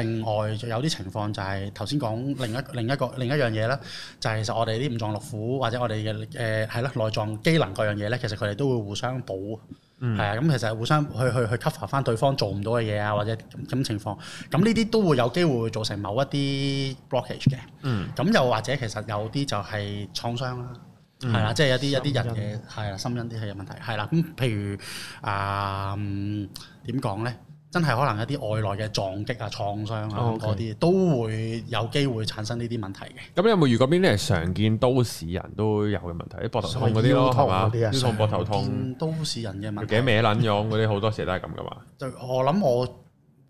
S3: 另外就有啲情況就係頭先講另一另一個另一樣嘢啦，就係其實我哋啲五臟六腑或者我哋嘅誒係啦內臟機能嗰樣嘢咧，其實佢哋都會互相補。係啊，咁其實係互相去去去 cover 翻對方做唔到嘅嘢啊，或者咁咁情況，咁呢啲都會有機會造成某一啲 blockage 嘅。
S1: 嗯，
S3: 咁又或者其實有啲就係創傷啦，
S1: 嗯
S3: 係啦、即係有啲有啲人嘅係啦，心因啲係嘅問題，係啦。咁譬如啊嗯點講咧？真係可能一啲外來嘅撞擊啊、創傷啊
S1: 哦，OK
S3: 嗰啲，都會有機會產生呢啲問題嘅。
S1: 咁你有冇遇過邊啲係常見都市人都有嘅問題？啲膊頭痛嗰啲咯，
S2: 腰痛
S1: 係嘛？
S2: 嗰啲啊
S1: 腰痛、膊頭痛、
S3: 見都市人嘅問題
S1: 頸。歪撚咗嗰啲，好多時都係咁噶嘛。
S3: 就我諗我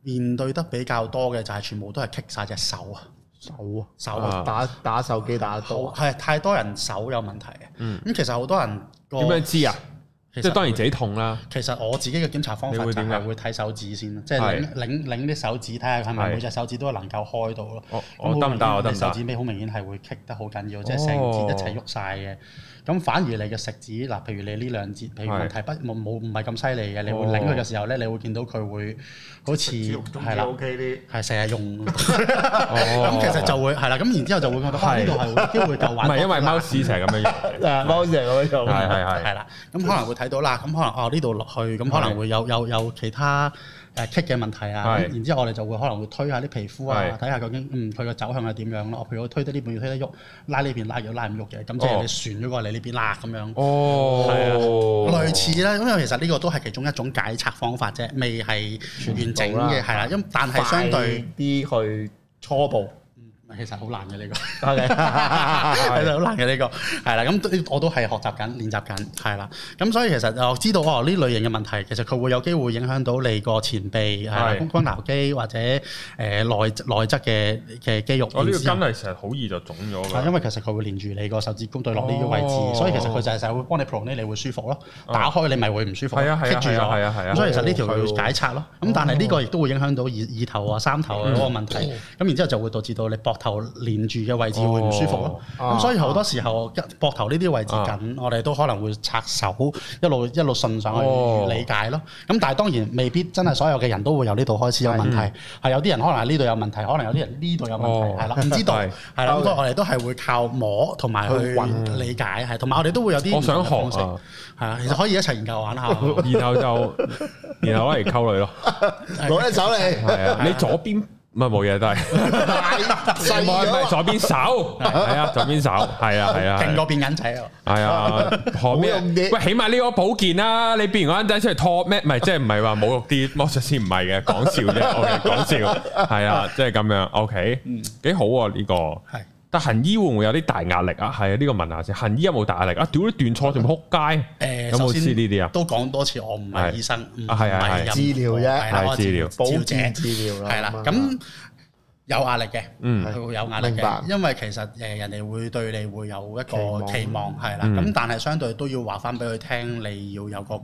S3: 面對得比較多嘅就係全部都係棘晒隻手啊，
S2: 手
S3: 手
S1: 啊
S3: 啊，
S2: 啊打打手機打得
S3: 好
S2: 多
S3: 係太多人手有問題嘅。咁、
S1: 嗯
S3: 其實好多人個
S1: 點樣知啊？
S3: 哦其
S1: 即
S3: 實
S1: 係當然自己痛啦。
S3: 其實我自己嘅檢查方
S1: 你
S3: 法
S1: 會
S3: 就
S1: 點啊㗎
S3: 係會睇手指先啦，即係擰擰擰啲手指睇下係
S1: 係
S3: 咪每隻手指都能夠開到咯。
S1: 我
S3: 咁好
S1: 我哦得唔得？啊
S3: 明顯
S1: 我得
S3: 你
S1: 唔
S3: 手
S1: 得？
S3: 指尾好明顯係會棘得好緊要，即
S1: 哦
S3: 係成節一齊喐晒嘅。咁反而你嘅食指嗱，譬如你呢兩節，譬如
S1: 係
S3: 問題不冇冇唔係咁犀利嘅，你會
S1: 哦
S3: 擰佢嘅時候咧，你會見到佢會好似係啦。
S4: ，OK 啲。
S3: 係成日
S1: <laughs>
S3: 用，
S1: 哦
S3: 咁其實就會係啦，咁然之後就會覺得啊
S1: 係
S3: 呢度係會機
S1: <laughs>
S3: 會夠
S1: 唔
S3: 玩多啲啦，
S1: 係因為貓屎成日咁樣
S3: <laughs>
S1: 用，
S2: Dạ,
S4: 誒，貓成咁樣做。
S1: 係係係
S3: 係啦，咁可能會睇到啦，咁可能哦呢度落去，咁可能會有有有其他誒棘嘅問題啊，
S1: 係
S3: 咁然之後我哋就會可能會推下啲皮膚啊
S1: 係，
S3: 睇下究竟嗯佢個走向係點樣咯，譬如我推得呢邊推得喐，拉呢邊拉又拉唔喐嘅，咁即係
S1: 哦
S3: 你旋咗過嚟呢邊啦咁樣。
S1: 哦，係
S3: 啊類似啦，因為其實呢個都係其中一種解拆方法啫，未係完整嘅，係啦，因但係相對
S4: 啲去初步。
S3: 其實好難嘅呢個。
S4: OK，
S3: 係 <laughs> 啦，好難嘅呢個係啦，咁都我都係學習緊、練習緊，係啦。咁所以其實我知道哦，呢類型嘅問題其實佢會有機會影響到你個前臂係啦
S1: 係，
S3: 肱肱橈肌或者誒內內側嘅嘅肌肉。
S1: 我哦呢個筋係成日好易就腫咗
S3: 係
S1: 㗎。
S3: 因為其實佢會連住你個手指公對落呢個位置，
S1: 哦
S3: 所以其實佢就係成日會幫你 pro 呢，你會舒服咯。
S1: 哦
S3: 打開你咪會唔舒服咯，
S1: 係啊係啊
S3: 棘住
S1: 係
S3: 咗。
S1: 啊哦係啊係啊
S3: 咁所以其實呢條要
S1: 嗯
S3: 解拆咯。咁但係呢個亦都會影響到耳耳頭啊、三頭啊嗰個問題。咁然之後就會導致到你膊頭連住嘅位置會唔舒服咯。咁、
S2: 哦
S3: 所以好多時候膊頭呢啲位置緊，我哋都可能會拆手，一路一路順上
S1: 哦
S3: 去理解咯。咁但係當然未必真係所有嘅人都會由呢度開始有問題，係有啲人可能係呢度有問題，可能有啲人呢度有問
S1: 哦
S3: 題，係啦，唔知
S1: <laughs>
S3: 道
S1: 係
S3: 係啦。好多我哋都係會靠摸同埋去
S2: 去揾
S3: 理解，係同埋我哋都會有啲
S1: 我想
S3: 唔同嘅
S1: 學
S3: 方
S1: 啊
S3: 式，係啊，其實可以一齊研究玩下。
S1: <laughs> 然後就然後攞嚟溝女咯，
S2: 攞隻手嚟，
S1: 係啊，你左邊唔係冇嘢，
S3: <laughs>
S1: 但係
S2: 細
S1: 唔係唔係
S2: 咗啊，
S1: 左邊手，係啊，左邊手，係啊係啊，係
S3: 勁
S1: 啊
S3: 過變緊仔啊！
S1: 系啊，學咩？
S2: 冇用啲
S1: 喂，起碼呢個保健啦，你變完個仔出嚟拖咩？唔係，即係唔係話侮辱啲魔術師，唔係嘅，講笑啫。OK，講笑，係啊，即係咁樣。OK，幾好啊呢個。
S3: 係
S1: 但行醫會唔會有啲大壓力啊？係啊，呢個問下先。行醫有冇大壓力啊？屌你斷錯仲仆街，
S3: 誒，
S1: 有冇
S3: 首先
S1: 知呢啲啊
S3: 都講多次，我唔係
S1: 係
S3: 醫生，唔
S1: 啊係係係
S3: 係任何
S2: 治療啫
S3: 係啦
S1: 係
S3: 我係
S1: 治療
S2: 保
S3: 治
S2: 健
S3: 療者
S2: 治療啦，
S3: 係啦。
S2: 啊
S3: 咁有壓力嘅，
S1: 嗯
S3: 佢會有壓力
S2: 明白
S3: 嘅，因為其實誒人哋會對你會有一個
S2: 期望
S3: 期望係啦。
S1: 嗯
S3: 咁但係相對都要話翻俾佢聽，你要有個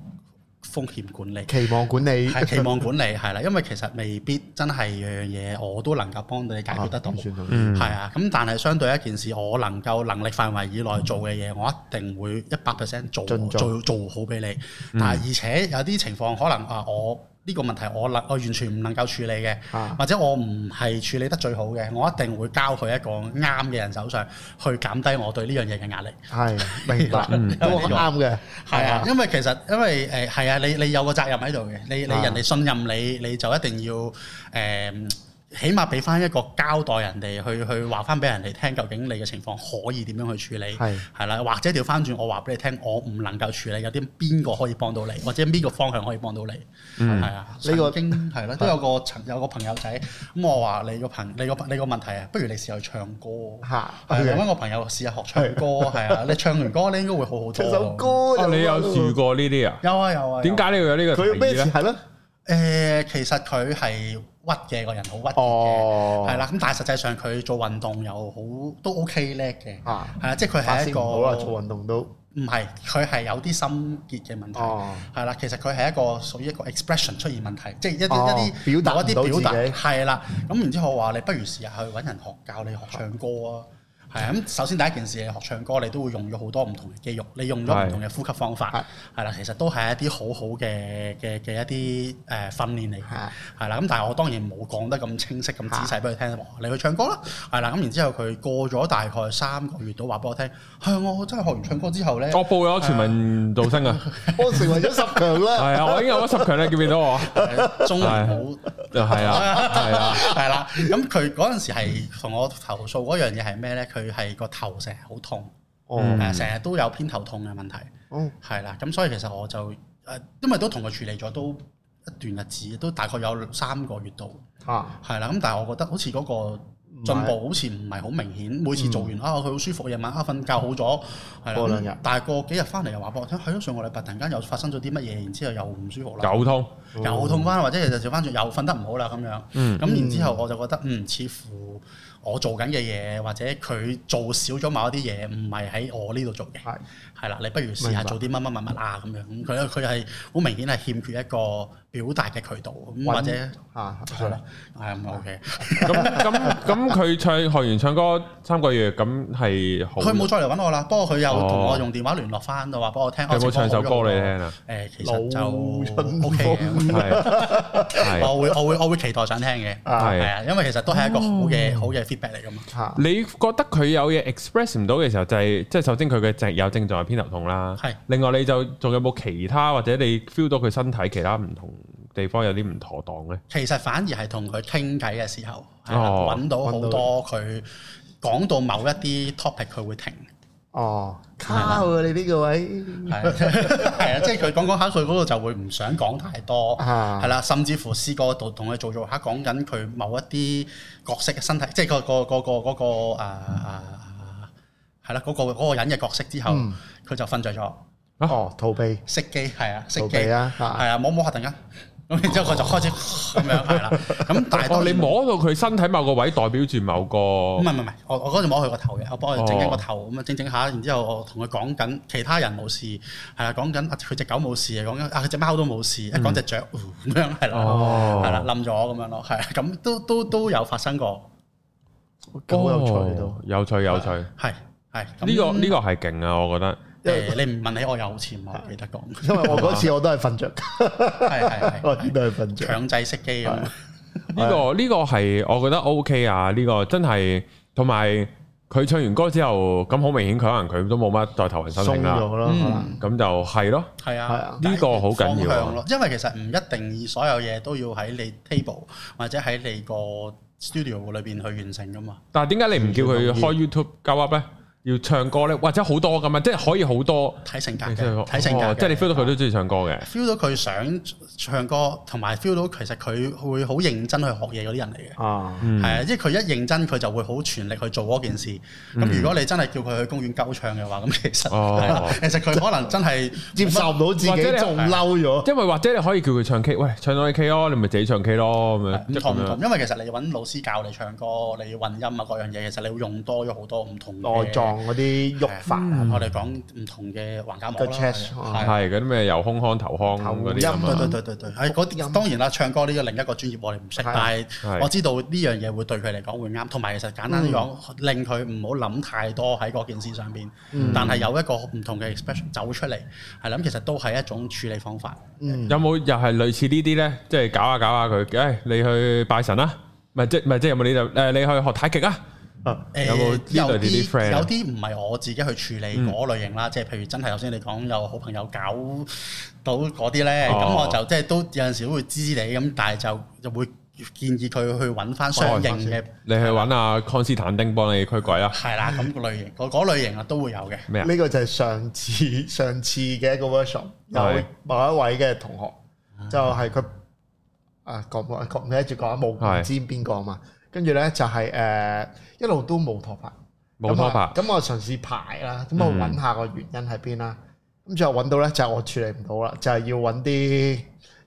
S3: 風險管理。
S2: 期望管理
S3: 係期望管理係啦，因為其實未必真係樣嘢我都能夠幫到你解決得到，
S2: 啊咁算好
S1: 嗯
S3: 係啊。咁但係相對一件事，我能夠能力範圍以內做嘅嘢，我一定會一百 percent 做
S2: 盡做嗯
S3: 做做好俾你。但係而且有啲情況可能啊，我呢個問題我能我完全唔能夠處理嘅，
S2: 啊
S3: 或者我唔係處理得最好嘅，我一定會交佢一個啱嘅人手上，去減低我對呢樣嘢嘅壓力。
S2: 係明白，都啱嘅，
S3: 係啊，，因為其實因為誒係啊，你你有個責任喺度嘅，你你
S2: 啊
S3: 人哋信任你，你就一定要誒。起碼俾翻一個交代人哋，去去話翻俾人哋聽，究竟你嘅情況可以點樣去處理？
S2: 係
S3: 係啦，或者調翻轉，我話俾你聽，我唔能夠處理，有啲邊個可以幫到你，或者邊個方向可以幫到你？係啊，
S2: 嗯呢個
S3: 曾經係啦，都有個曾有個朋友仔咁，我話你個朋你個你個問題啊，不如你試下去唱歌。
S2: 嚇
S3: 係有揾個朋友試下學唱歌，係啊，你唱完歌你應該會好好多。
S2: 唱首歌
S1: 哦
S2: 就
S1: 你有試過呢啲啊？
S3: 有啊有啊。
S1: 點解你會有呢個
S2: 佢
S1: 提
S2: 咩
S1: 議
S2: 事
S1: 咧？
S2: 係咯？
S3: 有誒，其實佢係屈嘅個人，好屈嘅。
S2: 哦，
S3: 係啦，咁但係實際上佢做運動又好都 OK 叻嘅，係
S2: 啊
S3: 啊，即係佢
S2: 發
S3: 係
S2: 泄唔
S3: 一個
S2: 好啦，做運動都
S3: 唔係佢係有啲心結嘅問題，
S2: 哦
S3: 係啦，其實佢係一個屬於一個 expression 出現問題，即係一
S2: 哦
S3: 啲一
S2: 表
S3: 啲
S2: 達唔
S3: 某一
S2: 到
S3: 啲表
S2: 自己
S3: 達係啦。咁然之後我話你不如試下去揾人學教你學唱歌啊。係啊，咁首先第一件事，你學唱歌你都會用咗好多唔同嘅肌肉，你用咗唔同嘅呼吸方法，係啦，其實都係一啲好好嘅嘅嘅一啲誒訓練嚟嘅
S2: 嚇，
S3: 係啦。咁但係我當然冇講得咁清晰咁仔細俾佢聽，話你去唱歌啦，係啦。咁然之後佢過咗大概三個月都話俾我聽，係啊我真係學完唱歌之後咧，
S1: 我報咗全民造星啊！
S2: 我成為咗十強啦，
S1: 係啊，我已經有咗十強啦，見唔見到我？啊
S3: 中文冇
S1: 係啊，係啊，
S3: <laughs> 係啦。咁佢嗰陣時係同我投訴嗰樣嘢係咩咧？佢係個頭成日好痛，
S2: 哦
S1: 嗯
S3: 誒成日都有偏頭痛嘅問題，
S2: 哦
S3: 係啦。咁所以其實我就誒，因為都同佢處理咗都一段日子，都大概有三個月度，
S2: 嚇，
S3: 係啦。咁但係我覺得好似嗰個
S2: 唔係
S3: 進步好似唔係好明顯，每次做完啊，佢好舒服，夜晚啊瞓覺好咗，
S2: 過
S3: 係
S2: 兩
S3: 啦
S2: 日。
S3: 但係過幾日翻嚟又話俾我聽，係咯，上個禮拜突然間又發生咗啲乜嘢，然之後又唔舒服啦。
S1: 九通，
S3: 又痛翻，或者就調翻轉又瞓得唔好啦咁樣。
S1: 哦嗯
S3: 咁然之後我就覺得，嗯，似乎我做緊嘅嘢，或者佢做少咗某一啲嘢，唔係喺我呢度做嘅。
S2: 係
S3: 係啦，你不如試
S2: 明
S3: 下
S2: 白
S3: 做啲乜乜乜乜啊咁樣。咁佢佢係好明顯係欠缺一個表達嘅渠道，咁或者
S2: 嚇
S3: 係啦，係咁 OK。
S1: 咁咁咁佢唱學完唱歌三個月，咁係好。
S3: 佢冇再嚟揾我啦，不過佢又同
S1: 哦
S3: 我用電話聯絡翻，就話俾我聽。
S1: 佢有冇唱首歌你
S3: 咧？
S1: 聽啊？
S3: 誒，其
S2: 老
S3: 實就
S2: 人
S3: OK 嘅。
S1: 係係
S3: 我會我會我會期待想聽嘅，
S2: 啊
S3: 係啊，因為其實都係一個好嘅好嘅 feedback 嚟噶嘛。
S2: 嚇
S1: 你覺得佢有嘢 express 唔到嘅時候，就係即係首先佢嘅症有症狀係偏頭痛啦。
S3: 係
S1: 另外你就仲有冇其他或者你 feel 到佢身體其他唔同地方有啲唔妥當咧？
S3: 其實反而係同佢傾偈嘅時候，係啦
S1: 哦
S3: 揾到好
S2: 揾到
S3: 多佢講到某一啲 topic 佢會停，
S2: 哦卡喎你呢個位
S3: 係 <laughs> 係啊，即係佢講講下佢嗰度就會唔想講太多，
S2: 啊
S3: 係啦，甚至乎試過度同佢做做下講緊佢某一啲角色嘅身體，即係個個個個嗰個啊啊係啦，嗰個嗰個人嘅角色之後，
S2: 嗯
S3: 佢就瞓着咗，
S2: 哦逃避
S3: 熄機係啊，
S2: 逃
S3: 熄機
S2: 避啊
S3: 係
S2: 嚇
S3: 啊，摸摸下突然間，咁然之後佢就
S1: <laughs>
S3: 開始咁樣係啦。咁但係
S1: 哦，
S3: 當
S1: 你
S3: 然
S1: 摸到佢身體某個位，代表住某
S3: 唔
S1: 個
S3: 係唔係唔係，我我嗰陣摸佢個頭嘅，我幫佢整緊
S1: 哦
S3: 個頭咁啊，整整下，然之後我同佢講緊其他人冇事，係啦，講緊啊佢只狗冇事，講緊啊佢只貓都冇事，一講只雀呼咁樣係啦，
S1: 哦
S3: 係啦冧咗咁樣咯，係啊咁都都都有發生過，
S2: 好有趣都。
S1: 哦有趣有趣。呢
S3: 係係咁
S1: 個呢個係勁啊，我覺得。
S3: 誒，你唔問起我有錢我唔記得講，
S2: 因為我嗰次我都係瞓着，
S3: 係係
S1: <laughs>
S2: 我
S3: 係
S2: 都係瞓着。
S3: 強制熄機咁，啊
S1: 呢個呢個係我覺得 O K 啊，呢個真係同埋佢唱完歌之後，咁好明顯佢可能佢都冇乜再頭暈身
S2: 鬆
S1: 興啦，
S2: 咗咯，可能
S1: 咁就係咯，
S3: 係
S2: 係啊
S3: 啊，
S1: 呢個好緊要啊
S3: 方向咯，因為其實唔一定所有嘢都要喺你 table 或者喺你個 studio 裏邊去完成噶嘛。
S1: 但係點解你唔叫佢開 YouTube 交 up 咧？要唱歌咧，或者好多咁啊，即係可以好多。
S3: 睇性格
S1: 你真係
S3: 嘅，睇性格
S1: 哦
S3: 嘅，
S1: 即係你 feel 到佢都中意唱歌嘅。
S3: feel 到佢想唱歌，同埋 feel 到其實佢會好認真去學嘢嗰啲人嚟嘅。
S4: 啊，
S1: 嗯
S3: 係啊，即係佢一認真佢就會好全力去做嗰件事。咁如果你真係叫佢去公園鳩唱嘅話，咁其實
S1: 嗯哦
S3: 係 <laughs> 啦其實佢可能真係
S2: 接受唔到自己，
S1: 或者你
S2: 仲嬲咗。
S1: 因為或者你可以叫佢唱 K，喂，唱多啲 K 咯，你咪自己唱 K 咯，咁樣
S3: 啊唔
S1: 即係
S3: 同
S1: 咁
S3: 唔
S1: 樣
S3: 同，因為其實你揾老師教你唱歌，你要混音啊各樣嘢，其實你會用多咗好多唔同嘅
S2: 內。臟嗰啲喐法啊，
S3: 我哋講唔同嘅橫膈膜
S2: 個
S3: 啦，
S2: chest，
S3: 係
S2: 哦
S3: 啊
S1: 係嗰啲咩由胸腔、頭腔嗰啲啊
S2: 頭
S1: 嘛
S2: 音
S3: 對對對對，係嗰
S2: 音
S3: 啲當然啦，唱歌呢個另一個專業我哋唔識，
S2: 係嗯
S3: 但係
S1: 係
S3: 我知道呢樣嘢會對佢嚟講會啱，同埋其實簡單啲講，令佢唔好諗太多喺嗰件事上邊，
S2: 嗯
S3: 但係有一個唔同嘅 expression 走出嚟，係諗其實都係一種處理方法。
S2: 嗯，
S1: 有冇又係類似呢啲咧？即係搞下搞下佢，誒，你去拜神啦，唔係即唔係即係有冇你就誒，你去學太極啊？
S2: 啊
S3: 誒
S1: 有冇呢類
S3: 有
S1: 呢啲 friend 啊
S3: 啲
S1: 嗯
S3: 有啲唔係我自己去處理嗰類型啦，即係譬如真係頭先你講有好朋友搞到嗰啲咧，咁
S1: 哦
S3: 我就即係都有陣時會知你咁，但係就就會建議佢去揾翻相
S1: 哦
S3: 應嘅。
S1: 你去揾
S2: 啊
S1: 阿康斯坦丁幫你驅鬼啊？
S3: 係啦，咁個類型，嗰嗰類型啊都會有嘅。
S1: 咩啊？
S2: 呢個就係上次 <laughs> 上次嘅一個 workshop，有
S1: 係
S2: 某一位嘅同學就係佢啊講唔講唔記得住講啊，冇
S1: 係
S2: 唔知邊個啊嘛。跟住咧就係誒一路都冇拖拍，
S1: 冇拖拍，嗯
S2: 咁啊我嘗試排啦，咁我揾下個原因喺邊啦。咁最後揾到咧就係我處理唔到啦，就係要揾啲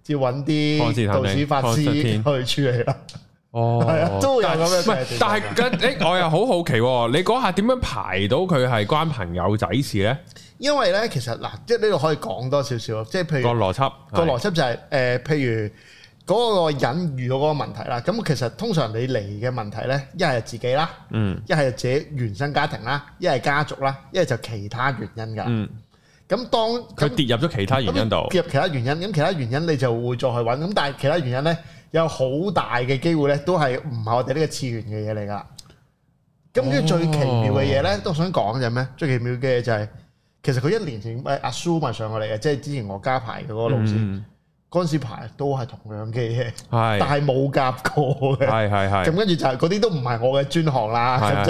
S2: 要揾
S1: 康斯
S2: 啲
S1: 坦
S2: 道
S1: 丁
S2: 士法師去處理啦。
S1: 哦，
S2: 係啊，都會有咁
S1: 唔
S2: 樣嘅
S1: 係，
S2: 情況。
S1: 但係誒，我又好好奇喎，你嗰下點樣排到佢係關朋友仔事咧？
S2: 因為咧，其實嗱，即係呢度可以講多少少咯，即係譬
S1: 個
S2: 如。
S1: 邏輯
S2: 個
S1: 係
S2: 邏輯就係、呃譬如嗰個人遇到嗰個問題啦，咁其實通常你嚟嘅問題呢，一係自己啦，
S1: 嗯
S2: 一係自己原生家庭啦，一係家族啦，一係就其他原因㗎。
S1: 嗯，
S2: 咁當
S1: 佢
S2: 咁
S1: 跌入咗其他原因度
S2: 咁，跌入其他原因，咁其他原因你就會再去揾，咁但係其他原因呢，有好大嘅機會呢，都係唔係我哋呢個次元嘅嘢嚟㗎。咁跟住最奇妙嘅嘢呢，都想講嘅就係咩？最奇妙嘅嘢就係、其實佢一年前咪阿蘇咪上過嚟嘅，即係之前我家排嘅嗰個老師。
S1: 嗯
S2: 嗰陣時排都係同樣嘅嘢，
S1: 係
S2: 但係冇夾過嘅。
S1: 係係係
S2: 咁。跟住就係嗰啲都唔係我嘅專項啦，
S1: 係
S2: 咁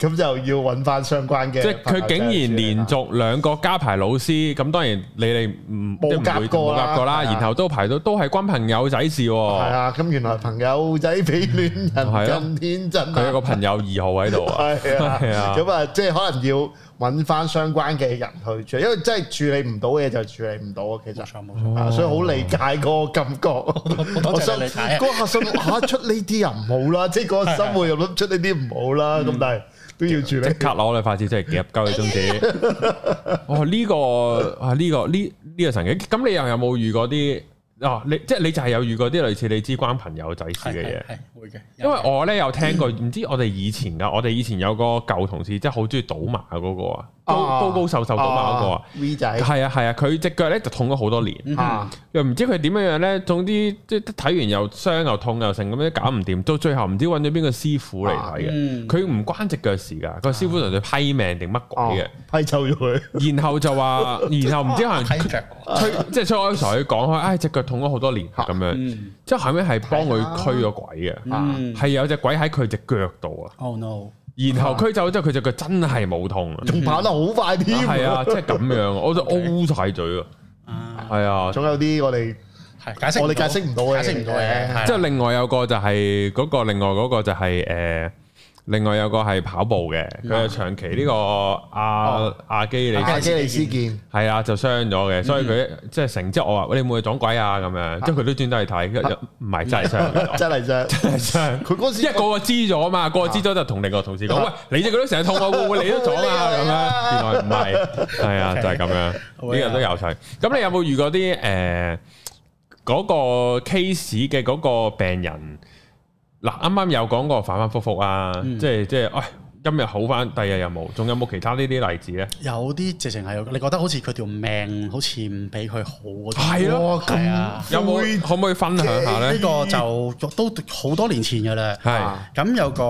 S2: 就咁就要揾翻相關嘅。
S1: 即係佢竟然
S2: 啊
S1: 連續兩個加排老師，咁當然你哋唔
S2: 冇
S1: 即係唔會
S2: 夾過
S1: 冇
S2: 啦
S1: 夾過啦，
S2: 係啊
S1: 然後都排到都係關朋友仔事
S2: 係
S1: 喎。
S2: 啊，咁原來朋友仔比戀
S1: 係咯
S2: 人更天真
S1: 佢有
S2: 啊！
S1: 個朋友二號喺度
S2: <laughs>
S1: 啊，
S2: 係啊，
S1: 係啊
S2: 咁啊，即係可能要揾翻相關嘅人去處理，因為真係處理唔到嘅嘢就處理唔到啊，其實
S3: 冇。錯冇
S1: 哦
S3: 錯，
S2: 啊，所以好理解嗰個感覺。我
S3: 多謝
S2: 心
S3: 你理解
S2: 嗰
S1: <laughs>
S2: 下心嚇出呢啲又唔好啦，即係嗰個心會又諗出呢啲唔好啦。咁但係都要處
S1: 即
S2: 理。
S1: 刻攞你筷子即係夾
S2: <laughs>
S1: 鳩佢中指。哦，呢個啊呢個呢呢個神奇。咁你又有冇遇過啲哦？你即係你就係有遇過啲類似你知關朋友仔事
S3: 係
S1: 嘅嘢
S3: 係。係會嘅，
S1: 因為我咧有聽過，唔知我哋以前噶，我哋以前有個舊同事，即係好中意賭馬嗰個啊，高
S2: 啊
S1: 高高瘦瘦賭馬嗰個啊，
S2: V 仔
S1: 係啊係啊，佢只腳咧就痛咗好多年。
S3: 嗯
S2: 啊，
S1: 又唔知佢點樣樣咧，總之即係睇完又傷又痛又成咁樣搞唔掂，到最後唔知揾咗邊個師傅嚟睇嘅，
S3: 嗯啊
S1: 佢唔、關只腳事㗎，個師傅純粹批命定乜鬼
S3: 哦
S1: 嘅，
S2: 批臭咗佢。
S1: 然後就
S3: <laughs>
S1: 話，然後唔知可能
S3: 睇着，
S1: 吹即係吹開水講開，唉只腳痛咗好多年咁樣，
S3: 嗯
S1: 之後後尾係幫佢驅咗鬼嘅，啊
S3: 嗯
S1: 係有隻鬼喺佢只腳度啊，
S3: ，oh no，
S1: 然後驅走之後佢只腳真係冇痛
S3: <laughs>
S1: 啊，
S2: 仲跑得好快添，
S1: 係啊，即係咁樣，我就 O 晒嘴啊，
S3: 啊
S1: 係啊，
S2: 仲有啲我哋
S3: 係解釋唔到
S2: 我哋解釋唔到嘅嘢，
S3: 解釋唔到嘅，係
S1: 即係另外有個就係嗰個，另外嗰個就係誒，另外有個係跑步嘅，佢係長期呢個阿嗯哦阿基嗯里
S2: 阿基里斯腱
S1: 係啊，就傷咗嘅，所以佢即係成績我話喂你會唔會撞鬼啊咁樣，即係佢都專登去睇，唔係 <laughs> 真係傷嘅，
S2: 真係真係
S1: 傷。
S2: 佢嗰時
S1: 因為個個知咗
S3: 啊
S1: 嘛，個個知咗就同另外同事講：喂，你隻腳都成日痛啊，會唔會你都
S3: <laughs>
S1: 撞啊？咁樣，原來唔係，係啊，就係咁樣，呢個
S3: 啊
S1: 都有趣。咁你有冇遇過呃啲誒嗰個 case 嘅嗰個病人嗱，啱啱有講過反反覆覆啊，
S3: 嗯
S1: 即係即係，唉，今日好翻，第日又冇，仲有冇其他呢啲例子咧？
S3: 有啲直情係你覺得好似佢條命好似唔俾佢好嗰種
S1: 係咯
S3: 哇係啊，
S1: 有冇可唔可以分享下
S3: 呢
S1: 咧？
S3: 個就都好多年前嘅啦。
S1: 係
S3: 咁有個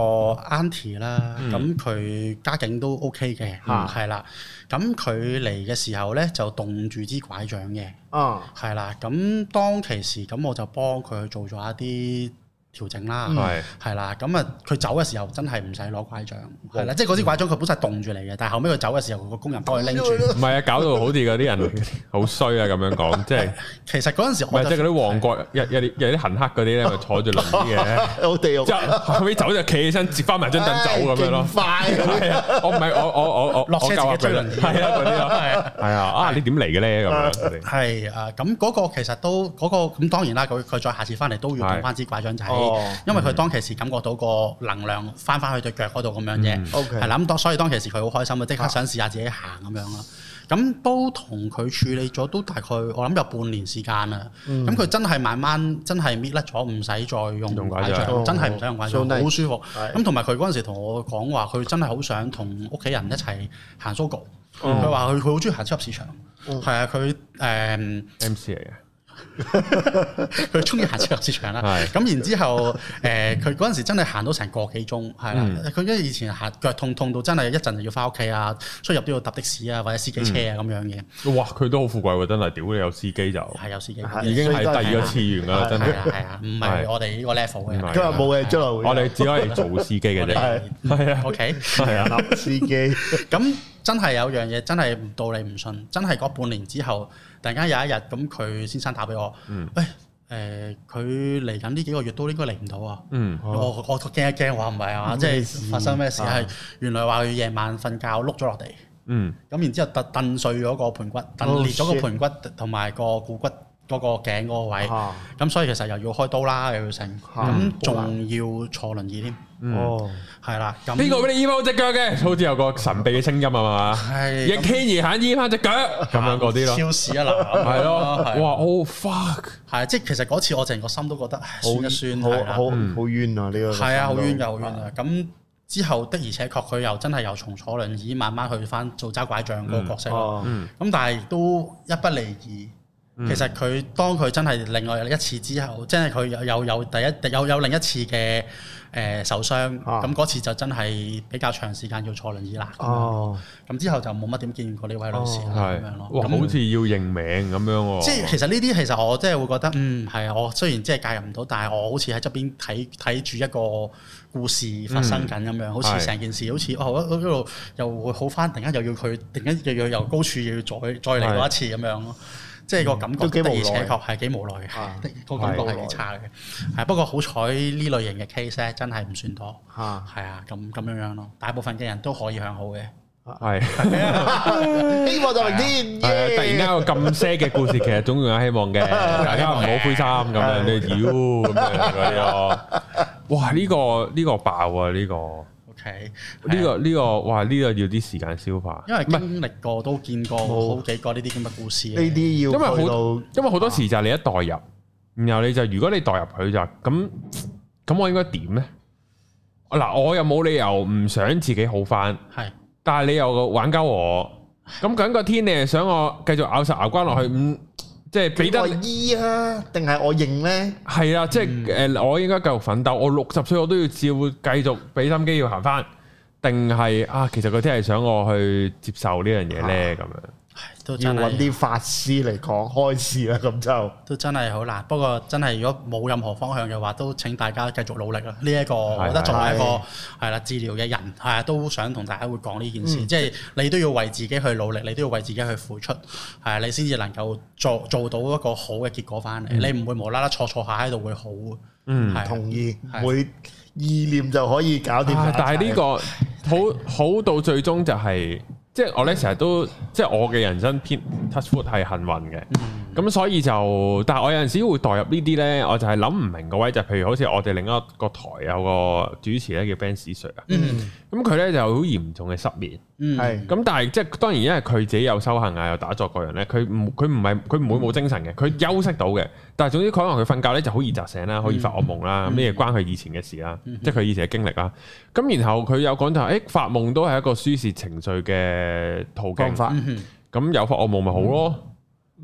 S3: auntie 啦，咁佢家境都 OK 嘅，
S4: 啊
S3: 係啦。咁佢嚟嘅時候咧，就棟住支拐杖嘅，
S2: 啊，
S3: 係啦。咁當其時，咁我就幫佢做咗一啲調整啦。
S1: 係
S3: 係啦，咁啊，佢走嘅時候真係唔使攞拐杖，係啦，即係嗰支拐杖佢本身係凍住嚟嘅，但係後尾佢走嘅時候，佢個工人幫佢
S2: <laughs>
S3: 拎住。
S1: 唔係啊？搞到好似嗰啲人好衰啊！咁樣講，即係
S3: 其實嗰陣時
S1: 唔
S3: 我
S1: 係
S3: 就
S1: 即係嗰啲旺角有有啲有啲行黑嗰啲咧，咪坐住輪椅
S3: <laughs>
S1: 嘅，
S2: 好地獄
S1: 之後後尾走就企起身，接翻埋張凳走咁樣咯
S2: 唉。勁快嗰啲
S1: 係啊，我唔係我我我我
S3: 落車
S1: 我
S3: 自
S1: 教下
S3: 己
S1: 佢
S3: 追
S1: 啦
S3: 輪椅
S1: 係啊嗰啲咯，係啊啊你點嚟嘅咧咁樣嗰啲
S3: 係啊，咁嗰個其實都嗰、個咁當然啦，佢佢再下次翻嚟都要
S1: 係嗯
S3: 用翻支拐杖仔，
S2: 哦
S3: 因為佢當其時感覺到個能量翻翻去對腳嗰度咁樣
S1: 嗯
S3: 嘅，
S2: OK
S3: 係啦、咁當所以當其時佢好開心啊，即刻想試下自己行咁樣啦。咁都同佢處理咗都大概我諗有半年時間啦。
S1: 嗯
S3: 咁佢、真係慢慢真係搣甩咗，唔使再
S1: 用
S3: 用
S1: 拐
S3: 拐
S1: 杖
S3: 杖，真係唔使用拐
S2: 哦
S3: 杖，
S2: so nice
S3: 好舒服。
S2: 係
S3: 咁同埋佢嗰陣時同我講話，佢真係好想同屋企人一齊行 Sogo。佢
S1: 嗯
S3: 話佢佢好中意行超級市場，係啊，佢
S1: <laughs>
S3: 誒
S1: ？MC 嚟嘅，
S3: 佢中意行超級市場啦
S1: 係。
S3: 咁然之後誒，佢嗰陣時真係行到成個幾鐘，係啦。
S1: 嗯
S3: 佢因為以前行腳痛痛到真係一陣就要翻屋企啊，出入都要搭的士啊或者司機車
S1: 嗯
S3: 啊咁樣嘅，
S1: 哇佢都好富貴喎，真係屌你有司機就
S3: 係有司機
S2: 係
S1: 已經係第二個次元噶啦，真
S3: 係
S1: 係
S3: 啊係啊，唔係我哋呢個 level
S1: 唔
S3: 嘅
S1: 係。
S2: 今日冇嘅，將來
S1: 我
S2: 會
S1: 哋只可以做司機嘅啫，
S2: 係
S1: 係啊
S3: O K。
S1: 係啊，
S2: 立司機。
S3: 咁真係有樣嘢真係唔到你唔信，真係嗰半年之後，突然間有一日咁佢先生打俾我，
S2: 嗯
S3: 喂誒佢嚟緊呢幾個月都應該嚟唔到啊！
S1: 嗯
S2: 哦
S3: 我我驚一驚，我話唔係
S2: 嗯
S3: 啊，即係發生咩事係原來話佢夜晚瞓覺碌咗落地，
S1: 嗯
S3: 咁然之後突燉碎咗個盤骨，
S2: Oh,
S3: 燉裂咗
S2: shit.
S3: 個盤骨同埋個股骨嗰個頸嗰個位，
S2: 啊
S3: 咁所以其實又要開刀啦，又要成，
S2: 啊
S3: 咁仲要坐輪椅添，
S1: 嗯
S2: 哦，
S3: 係啦，咁
S1: 邊個俾你醫翻我只腳嘅？好似有個神秘嘅聲音啊嘛，
S3: 係
S1: 逆天而行醫翻只腳咁樣嗰啲咯，
S3: 超市啊嗱，
S1: 係咯，
S3: 係
S1: 哇，oh fuck，
S3: 係，即係其實嗰次我淨個心都覺得唉酸一酸，
S2: 好
S3: 係
S2: 好
S3: 啊
S1: 嗯
S2: 好冤啊！呢個
S3: 係啊，好冤㗎，好冤啊！咁之後的而且確佢又真係由從坐輪椅慢慢去翻做揸拐杖嗰個角色咯。
S2: 哦，
S1: 嗯
S3: 咁但係都一不離二。其實佢當佢真係另外一次之後，即係佢有有有第一有有另一次嘅誒、呃受傷，
S2: 啊
S3: 咁嗰、次就真係比較長時間要坐輪椅啦。
S2: 哦，
S3: 咁之後就冇乜點見過呢位女士啦，
S1: 哦
S3: 咁樣
S1: 係，
S3: 咯。
S1: 哇，
S3: 咁
S1: 好似要認名咁樣喎，
S3: 即係其實呢啲其實我真係會覺得，嗯係啊，我雖然即係介入唔到，但係我好似喺側邊睇睇住一個故事發生緊咁樣，好
S1: 係
S3: 似成件事好似哦一一路又會好翻，突然間又要佢，突然間又要由高處又要再再嚟過一次咁樣咯。即係個感覺
S2: 都幾
S3: 的
S2: 無
S3: 而
S2: 奈
S3: 且確係幾無奈
S2: <laughs>
S3: 嘅
S2: 啊，
S3: 的個感覺係幾差嘅。係不過好彩呢類型嘅 case 咧，真係唔算多。
S2: 嚇，
S3: 係啊，咁咁樣樣咯，大部分嘅人都可以向好嘅。
S1: 係。
S2: 希望就明天，
S1: 系啊！突然間
S2: 耶
S1: 有咁 sad 嘅故事，其實總仲有希
S3: <laughs>
S1: 望嘅，
S3: 啊
S1: 大家唔好灰心咁樣。你妖咁樣嗰啲咯，
S3: <laughs>
S1: 哇！呢個呢個爆啊！呢個
S3: OK，啊
S1: 呢個呢個哇！呢個要啲時間消化，
S3: 因
S1: 唔
S3: 為
S1: 係
S3: 經歷過都見過好幾個呢啲咁嘅故事嘅。啊
S2: 呢啲
S1: 因為
S2: 要去
S1: 好
S2: 到
S1: 因為好多時就係你一代入，然後你就如果你代入佢就咁咁，我應該點呢？嗱，我又冇理由唔想自己好翻，
S3: 係。
S1: 但係你又玩鳩我，咁緊個天你係想我繼續咬實牙關落去，唔即係俾
S2: 俾
S1: 得
S2: 我醫啊，定係我認咧？
S1: 係啦，即係誒，我應該繼續奮鬥。我六十歲我都要照繼續俾心機要行翻，定係啊？其實佢真係想我去接受呢樣嘢咧，咁樣
S3: 都
S2: 要
S3: 真
S2: 揾
S3: 係
S2: 啲法師嚟講開示啦，咁就
S3: 都真係好難。不過真係如果冇任何方向嘅話，都請大家繼續努力啦。呢、一個我覺得作為一個係啦治療嘅人，係啊都想同大家會講呢件
S2: 嗯
S3: 事，即係你都要為自己去努力，你都要為自己去付出，係啊你先至能夠做做到一個好嘅結果翻嚟。
S2: 嗯
S3: 你唔會無啦啦錯錯下喺度會好嘅。
S1: 嗯
S3: 係啊
S2: 同意，
S3: 係
S2: 會意念就可以搞掂
S1: 啊
S2: 晒。
S1: 但係呢個好好到最終就係、即係我咧成日都即係我嘅人生偏 touch foot 係幸運嘅，咁所以就，但係我有陣時會代入呢啲咧，我就係諗唔明個位，就譬如好似我哋另一個台有個主持咧叫 Ben Sir 啊，
S3: 嗯
S1: 咁佢咧就好嚴重嘅失眠，
S3: 嗯
S2: 係
S1: 咁但係即係當然因為佢自己有修行啊，有打坐個人咧，佢唔佢唔係佢唔會冇精神嘅，
S2: 嗯
S1: 佢休息到嘅，但係總之可能佢瞓覺咧就好易扎醒
S2: 嗯
S1: 啦，好易發惡夢啦，咩關佢以前嘅事啦，即係佢以前嘅經歷啦，咁然後佢有講就係，誒發夢都係一個抒泄情緒嘅途徑
S2: 方。法
S3: 嗯
S1: 咁有發惡夢咪好咯。
S2: 嗯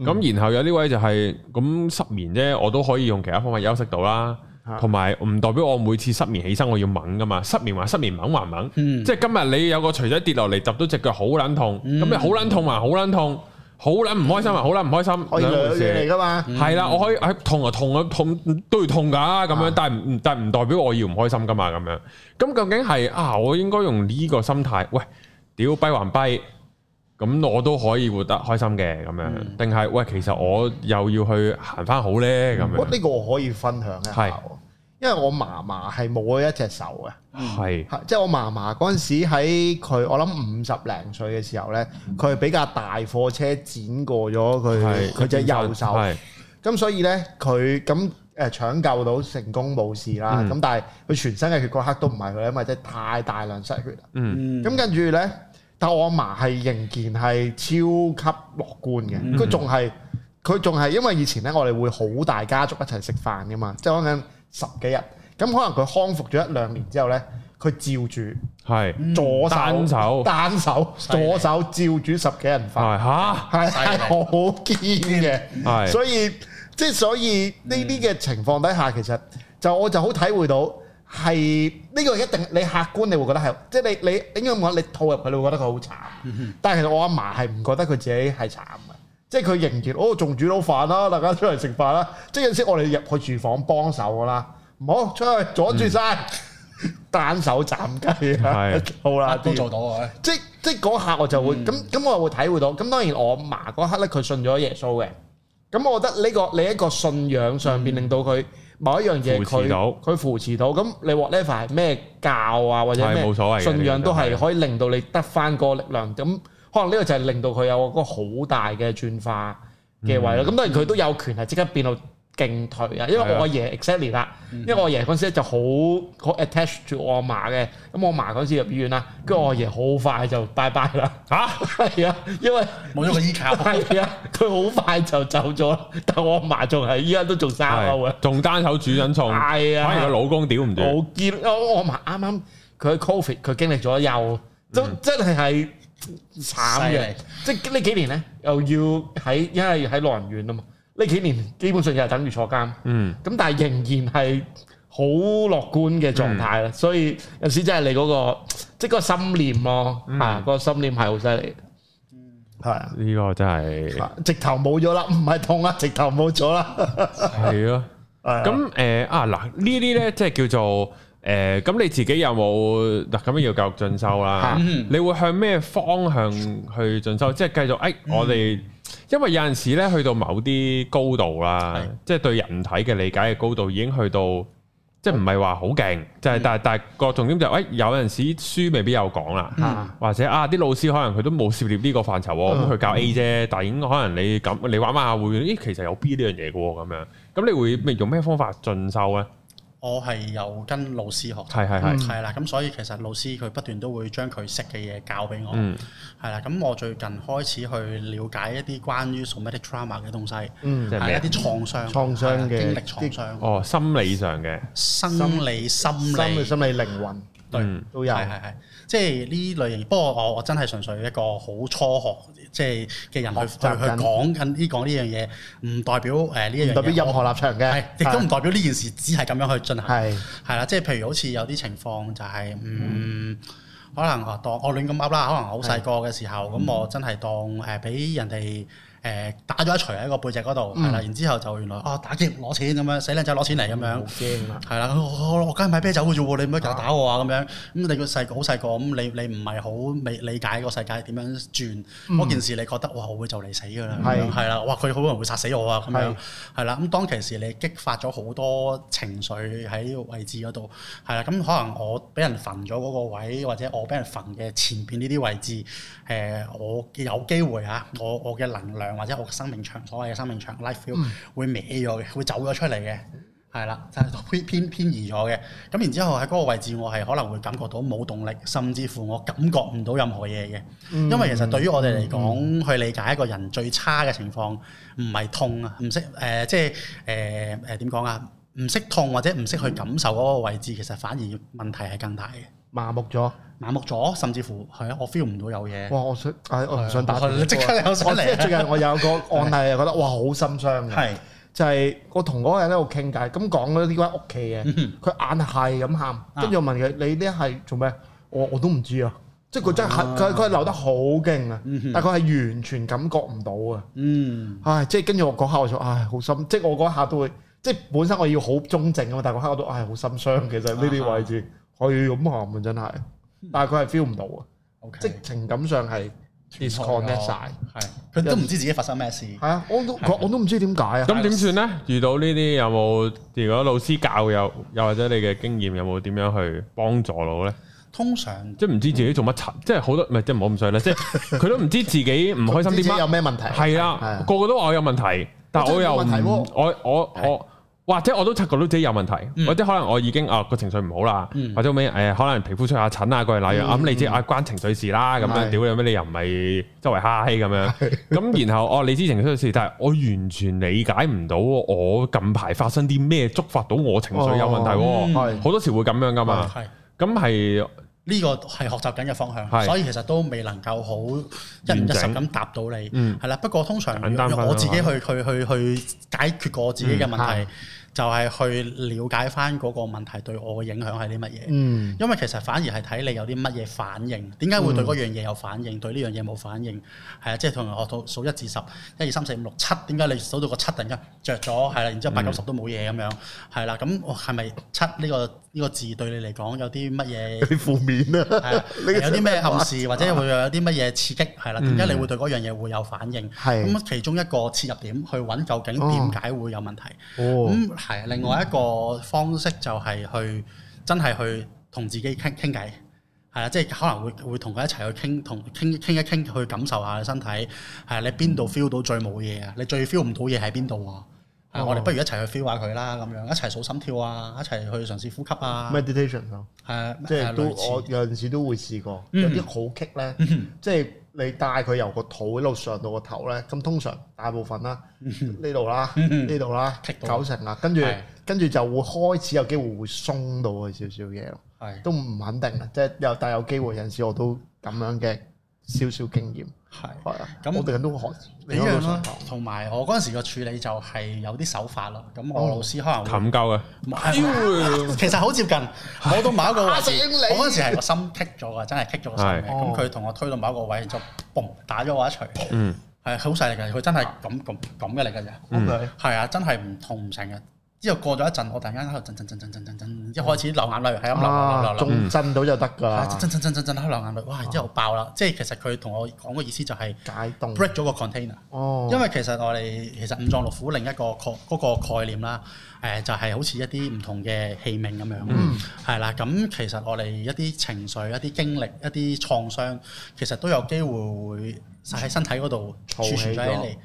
S1: 咁、然後有啲位就係、咁失眠啫，我都可以用其他方法休息到啦
S2: 啊。
S1: 同埋唔代表我每次失眠起身我要猛噶嘛，失眠還失眠，猛還猛。
S3: 嗯
S1: 即係今日你有個錘仔跌落嚟，揼到只腳好撚痛，咁、
S3: 嗯
S1: 你好撚痛還好撚痛，好撚唔開心還好撚唔開心，
S2: 可以兩
S1: 兩回
S2: 嘢嚟
S1: 事。
S2: 噶嘛？
S1: 係啦，我可以喺痛啊痛啊痛都要痛㗎咁樣
S2: 啊，
S1: 但係唔但係唔代表我要唔開心㗎嘛咁樣。咁究竟係啊？我應該用呢個心態，喂，屌跛還跛，咁我都可以活得開心嘅咁
S2: 嗯
S1: 樣，定係喂，其實我又要去行翻好咧咁
S2: 我
S1: 樣，
S2: 呢個我可以分享一下
S1: 嗯係
S2: 喎，因為我嫲嫲係冇咗一隻手嘅。
S1: 係
S2: 係即係我嫲嫲嗰陣時喺佢，我諗五十零歲嘅時候呢，佢係俾架大貨車剪過咗佢
S1: 係
S2: 嗯佢隻右手，
S1: 係
S2: 咁所以呢，佢咁誒搶救到成功冇事啦。
S1: 嗯
S2: 咁、但係佢全身嘅血嗰刻都唔係佢，因為真係太大量失血啦。
S1: 嗯
S3: 嗯
S2: 咁跟住呢，但我阿嫲係仍然係超級樂觀
S1: 嗯
S2: 嘅，佢仲係佢仲係因為以前呢，我哋會好大家族一齊食飯噶嘛，即係講緊十幾日。咁可能佢康復咗一兩年之後呢，佢照住。
S1: 係
S2: 左手
S1: 嗯單手
S2: 單手
S3: 犀利
S2: 左手照煮十幾人
S1: 係
S2: 飯，
S1: 吓
S2: 係
S3: 犀利
S2: 係好堅嘅，
S1: 係
S2: 所以即係所以呢啲嘅情況底下，其實就我就好體會到係呢個一定你客觀你會覺得係，即係你你應該咁講，你套入去你會覺得佢好慘，但係其實我阿嫲係唔覺得佢自己係慘嘅。即係佢仍然哦，仲煮到飯啦，大家出嚟食飯啦。即係有陣時我哋入去廚房幫手噶啦，唔好出去阻住晒，單手斬雞啊
S1: 係，
S2: <laughs> 好啦，
S3: 都做到啊！
S2: 即即嗰刻我就會
S1: 嗯
S2: 咁咁，我會體會到。咁當然我嫲嗰刻咧，佢信咗耶穌嘅。咁我覺得呢個你一個信仰上邊令到佢某一樣嘢
S1: 嗯扶
S2: 佢
S1: 持到
S2: 佢扶持到。咁你 whatever 係咩教啊或者
S1: 係冇所謂
S2: 咩
S1: 嘅
S2: 信仰都
S1: 其
S2: 係
S1: 實係
S2: 可以令到你得翻個力量。咁可能呢個就係令到佢有個好大嘅轉化嘅位咯。咁當然佢都有權係即刻變到。勁退啊！因為
S1: 嗯係啊
S2: 我阿爺 exactly 啦，因為我阿爺嗰陣時咧就好好 attach 住我阿嫲嘅，咁我阿嫲嗰陣時入醫院啦，跟住我阿爺好快就拜拜啦，
S1: 吓
S2: <laughs> 係啊，因為 <laughs>
S3: 冇咗個依靠，
S2: 係啊，佢好快就走咗啦，但我阿嫲仲係依家都仲生勾啊
S1: 係，仲單手煮
S2: <laughs>
S1: 緊餸，
S2: 係啊
S1: 反而個老公屌唔住，
S2: 冇見我我阿嫲啱啱佢喺 covid 佢經歷咗又都真係係慘嘅，即係呢幾年咧又要喺因為喺老人院啊嘛，呢幾年基本上又係等於坐監。
S1: 嗯
S2: 咁但係仍然係好樂觀嘅狀態啦，所以有時真係你嗰、個即係嗰個心念咯，
S1: 嗯
S2: 啊嗰個心念係好犀利，係啊，
S1: 呢個真係
S2: 直頭冇咗啦，唔係痛啊，直頭冇咗啦，
S1: 係咯。
S2: 咁
S1: 咁誒、呃啊嗱，呢啲咧即係叫做誒，咁、你自己有冇嗱咁樣要教育進修啦？
S3: 嗯
S1: 你會向咩方向去進修？即係繼續誒、哎我哋因為有陣時咧去到某啲高度啦，即係對人體嘅理解嘅高度已經去到。即係唔係話好勁，就係、但係但係個重點就係、哎有陣時書未必有講啦，
S2: 啊
S1: 或者啊啲老師可能佢都冇涉獵呢個範疇喎，咁佢教 A 啫，但係應該可能你咁你玩玩下會，咦其實有 B 呢樣嘢嘅喎咁樣，咁你會咩用咩方法進修嗯咧？
S3: 我係有跟老師學習，
S1: 係係係，
S3: 係啦，咁所以其實老師佢不斷都會將佢識嘅嘢教俾我，
S1: 嗯
S3: 係啦，咁我最近開始去了解一啲關於 somatic trauma 嘅東西，
S2: 嗯
S1: 即係
S3: 係
S1: 咩啊
S3: 一啲創傷、
S2: 創傷嘅
S3: 係啦經歷創傷、
S1: 哦心理上嘅，
S3: 生理、心
S2: 心理
S3: 理
S2: 心理靈魂
S3: 對。
S1: 嗯
S2: 都有
S3: 係，係係，即係呢類型。不過我我真係純粹一個好初學即係嘅人去去
S2: 學習
S3: 去
S2: 緊
S3: 講緊呢講呢樣嘢，唔代表誒呢一樣
S2: 唔
S3: 嘢
S2: 代表任何立場
S3: 係
S2: 嘅，
S3: 亦都唔代表呢件事只係咁樣去進行。
S2: 係
S3: 係啦，即係譬如好似有啲情況就係、嗯。可能我當我亂咁噏啦，可能我好細個嘅時候，
S2: 嗯
S3: 咁我真係當誒俾人哋誒打咗一錘喺個背脊嗰度，
S2: 嗯
S3: 係啦，然之後就原來啊打劫攞錢咁樣，死靚仔攞錢嚟咁
S2: 好
S3: 樣，
S2: 驚啊，
S3: 係啦，我我我梗係買啤酒嘅啫喎，你唔好打打我啊咁樣。咁你個細個好細個，咁你你唔係好未理解個世界點樣轉嗰件事，你覺得哇我會就嚟死㗎啦，咁樣
S2: 嗯係
S3: 係啦，哇佢好可能會殺死我啊咁樣
S2: 係，
S3: 係啦。咁當其時你激發咗好多情緒喺呢個位置嗰度，係啦。咁可能我俾人焚咗嗰個位，或者我俾人焚嘅前邊呢啲位置，誒我嘅有機會啊，我我嘅能量場或者我嘅生命場所謂嘅生命場
S2: 嗯
S3: life feel 會歪咗嘅，會走咗出嚟嘅。係啦，就係偏偏偏移咗嘅。咁然之後喺嗰個位置，我係可能會感覺到冇動力，甚至乎我感覺唔到任何嘢嘅。
S2: 嗯
S3: 因為其實對於我哋嚟講，去理解一個人最差嘅情況，唔係痛啊，唔識誒，即係誒誒點講啊？唔識痛或者唔識去感受嗰個位置，其實反而問題係更大嘅。
S2: 麻木咗。
S3: <laughs> 麻木咗，甚至乎係啊，我 feel 唔到有嘢。
S2: 哇！我想，唉，我唔想打
S3: 係啊
S2: 斷你
S3: 即刻有想
S2: 我即係
S3: 嚟
S2: 最近我有個案例，覺得哇好心傷嘅，
S3: 係
S2: 就係我同嗰個人喺度傾偈，咁講咗呢間屋企嘅，佢硬係咁喊，跟住我問佢：你呢係做咩？我我都唔知啊！即係佢真係佢佢係流得好勁啊，但係佢係完全感覺唔到啊！
S3: 嗯，
S2: 唉，即係跟住我嗰下我就唉好心，即係我嗰下都會，即係本身我要好中正啊嘛，但係嗰刻我都唉好心傷，其實呢啲位置可以咁喊啊，真係，但係佢係 feel 唔到啊，即係情感上係 disconnect 晒。
S3: 係佢都唔知自己發生咩事。
S2: 係啊，我都我我都唔知點解啊。
S1: 咁點算呢？遇到呢啲有冇？如果老師教又又或者你嘅經驗有冇點樣去幫助到呢？
S3: 通常
S1: 即係唔知自己做乜柒，即係好多唔係即係唔好咁衰啦，即係佢都唔知自己唔開心
S2: 唔
S1: 啲
S2: 知自己有
S1: 乜，
S2: 咩問題？
S1: 係
S2: 係啊
S1: 啦，個個都話我有問題，但
S2: 我
S1: 我
S2: 真係
S1: 又
S2: 冇問題
S1: 唔
S2: 喎嗯
S1: 我我我。或者我都察覺到自己有問題，或者可能我已經啊個情緒唔好啦，或者咩誒可能皮膚出下疹啊嗰樣那樣，咁你知啊關情緒事啦咁
S2: 嗯係
S1: 樣，屌你咩你又唔係周圍嗨咁樣，咁然後哦你知情緒事，但係我完全理解唔到我近排發生啲咩觸發到我情緒有問題
S2: 哦嗯
S1: 喎，
S2: 係
S1: 好多時會咁樣噶嘛，
S3: 係
S1: 咁係
S3: 呢個係學習緊嘅方向，
S1: 係
S3: 所以其實都未能夠好一五
S1: 完
S3: 一十
S1: 整
S3: 咁答到你，
S1: 嗯
S3: 係啦。不過通常
S1: 簡單分享嗯
S3: 我自己去去去去解決過自己嘅問題，就係去了解翻嗰個問題對我嘅影響係啲乜嘢。
S2: 嗯，
S3: 因為其實反而係睇你有啲乜嘢反應，點解會對嗰樣嘢有反
S1: 嗯
S3: 應，對呢樣嘢冇反應？係啊，即係同人學到數一至十，一二三四五六七，點解你數到個七突然間着咗？係啦，
S1: 嗯
S3: 然之後八九十都冇嘢咁樣，係啦，咁我係咪七呢個呢個字對你嚟講有啲乜
S1: <laughs>
S3: 嘢？
S2: 你負面啊，
S3: 係啊有啲咩暗示或者會有啲乜嘢刺激係啦？點解你會對嗰樣嘢會有反應？
S2: 嗯係
S3: 咁啊其中一個切入點去揾究竟
S2: 哦
S3: 點解會有問題？
S2: 哦，
S3: 咁係另外一個方式就係去真係去同自己傾傾偈，係啊，即係可能會會同佢一齊去傾，同傾傾一傾，去感受下你身體，係啊你邊
S2: 嗯
S3: 度 feel 到最冇嘢啊？你最 feel 唔到嘢喺邊度啊？
S2: 哦
S3: 係啊我哋不如一齊去 feel 下佢啦，咁樣一齊數心跳啊，一齊去嘗試呼吸啊，
S2: meditation 咯，
S3: 係啊
S2: 即係都
S3: 類似
S2: 我有陣時都會試過，有
S3: 嗯
S2: 啲好棘咧，即係你帶佢由個肚一路上到個頭咧，咁通常大部分啦，呢度啦，呢度啦，
S3: 嗯棘到
S2: 九成啦，跟住
S3: 係
S2: 跟住就會開始有機會會鬆到佢少少嘢咯，
S3: 係
S2: 都唔肯定啊，即係有但有機會有陣時我都咁樣嘅少少經驗，
S3: 係。
S2: 係啊，
S3: 咁
S2: 咁我哋都學
S3: 呢樣啦
S2: 上堂，
S3: 同埋我嗰陣時個處理就係有啲手法咯。咁
S2: 哦
S3: 我老師可能
S1: 冚
S3: 會
S1: 鳩嘅。
S3: <laughs> 其實好接近，我
S2: <laughs>
S3: 到某一個位置
S2: 哎嚇死你，
S3: 我嗰陣時係個心棘咗啊㗎，真係棘咗個心嘅。
S1: 係
S3: 咁佢同我推到某一個位就嘣打咗我一
S2: 哦
S3: 錘，
S1: 嗯，
S3: 係好細力嘅，佢真係咁咁咁嘅嚟嘅啫。
S2: OK，
S3: 係啊，真係唔痛唔成嘅。之後過咗一陣，我突然間喺度震震震震震震震，之後開始流眼淚，係咁流流流
S2: 啊，
S3: 流流。
S2: 仲震到就得㗎
S3: 係
S2: 啦，
S3: 震震震震震喺度流眼淚，哇！之後爆啦，即係其實佢同我講嘅意思就係
S2: 解凍。
S3: break 咗個 container。
S2: 哦，
S3: 因為其實我哋其實五臟六腑另一個概嗰、個概念啦，誒、就係、好似一啲唔同嘅器皿咁樣，
S2: 嗯
S3: 係啦、咁其實我哋一啲情緒、一啲經歷、一啲創傷，其實都有機會會喺身體嗰度
S2: 儲
S3: 儲存
S2: 起
S3: 咗喺
S2: 咗
S3: 你，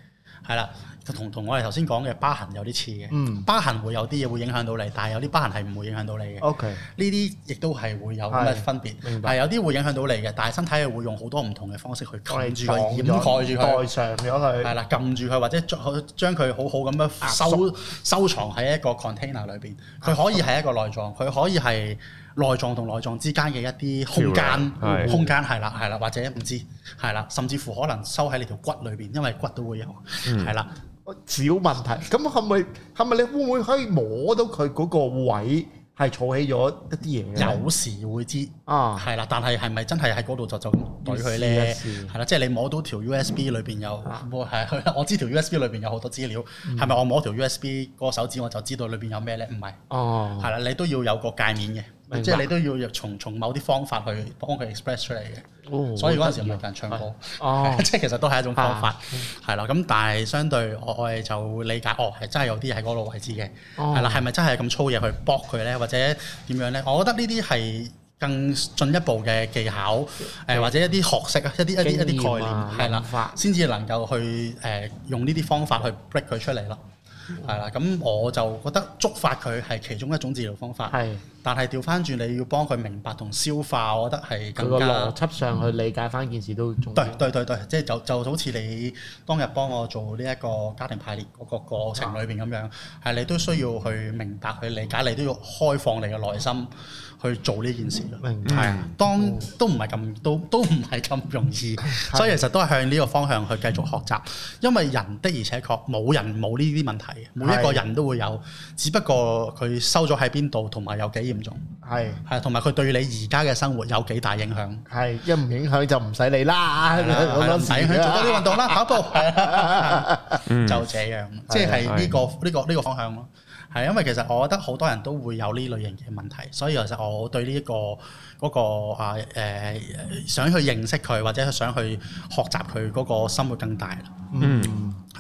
S3: 係啦。同同我哋頭先講嘅疤痕有啲似嘅，
S2: 嗯
S3: 疤痕會有啲嘢會影響到你，但係有啲疤痕係唔會影響到你嘅。
S2: OK，
S3: 呢啲亦都係會有咁嘅分別，
S2: 哦明白
S3: 係有啲會影響到你嘅，但係身體係會用好多唔同嘅方式去
S2: 我哋
S3: 冚住佢、掩蓋住
S2: 蓋。
S3: 佢
S2: 上咗佢，
S3: 係啦，撳住佢或者將佢將佢好好咁樣收收藏喺一個 container 裏邊。佢可以係一個內臟，佢可以係內臟同內臟之間嘅一啲空間
S1: 橋梁係，
S3: 空間係啦係啦，或者唔知係啦，甚至乎可能收喺你條骨裏邊，因為骨都會有
S2: 嗯
S3: 係啦。
S2: 小問題。咁係咪係咪你會唔會可以摸到佢嗰個位係儲起咗一啲嘢嘅？
S3: 有時會知
S2: 嗯啊
S3: 係啦，但係係咪真係喺嗰度就就咁懟佢
S2: 要
S3: 咧？
S2: 試一試啊
S3: 係啦，即係你摸到條 USB 裏邊有，係係啦我知條 USB 裏邊有好多資料，
S2: 嗯
S3: 係咪我摸條 USB 個手指我就知道裏邊有咩咧？唔係。
S2: 哦，
S3: 係啦，你都要有個界面
S2: 明白
S3: 嘅，即係你都要從從某啲方法去幫佢 express 出嚟嘅。
S2: 哦
S3: 所以嗰陣時咪有人唱歌，
S2: 哦
S3: <laughs> 即係其實都係一種方
S2: 啊
S3: 法，係啦。咁但係相對我我哋就會理解，哦係真係有啲嘢喺嗰個位置嘅，
S2: 哦 <laughs>
S3: 係啦，係咪真係咁粗嘢去搏佢咧，或者點樣咧？我覺得呢啲係更進一步嘅技巧，誒、
S2: 嗯
S3: 或者一啲學識啊，一啲一啲一
S2: 經
S3: 啲
S2: 驗
S3: 概念
S2: 啊
S3: 係啦
S2: 諗法，
S3: 先至能夠去誒、用呢啲方法去 break 佢出嚟咯。係啦，咁我就覺得觸發佢係其中一種治療方法，
S2: 係
S3: 但係調翻轉你要幫佢明白同消化，我覺得
S2: 佢
S3: 係更
S2: 個
S3: 加
S2: 邏。輯上去理解翻件事都重要
S3: 對。對對對，即係就就好似你當日幫我做呢一個家庭排列嗰個過程裏邊咁樣，係你都需要去明白、去理解，你都要開放你嘅內心去做呢件事。
S5: 明白
S3: 係啊，當都唔係咁，都都唔係咁容
S5: <laughs>
S3: 易，所以其實都係向呢個方向去繼續學習，因為人的而且確冇人冇呢啲問題嘅，每一個人都會有，只不過佢收咗喺邊度，同埋有幾嚴重，
S5: 係
S3: 係啊同埋佢對你而家嘅生活有幾大影響。
S5: 係一唔影響就唔使理啦， <laughs>
S3: 係啦係啦
S5: 咁
S3: 唔
S5: 樣
S3: 使
S5: 事
S3: 去做多啲
S5: 啦
S3: 運
S5: <laughs>
S3: 動啦，跑步係啦，
S1: 嗯
S3: 就這樣，即係呢個呢個呢個方向咯。係因為其實我覺得好多人都會有呢類型嘅問題，所以其實我對呢、一個嗰、個啊誒、想去認識佢或者想去學習佢嗰個心會更大啦。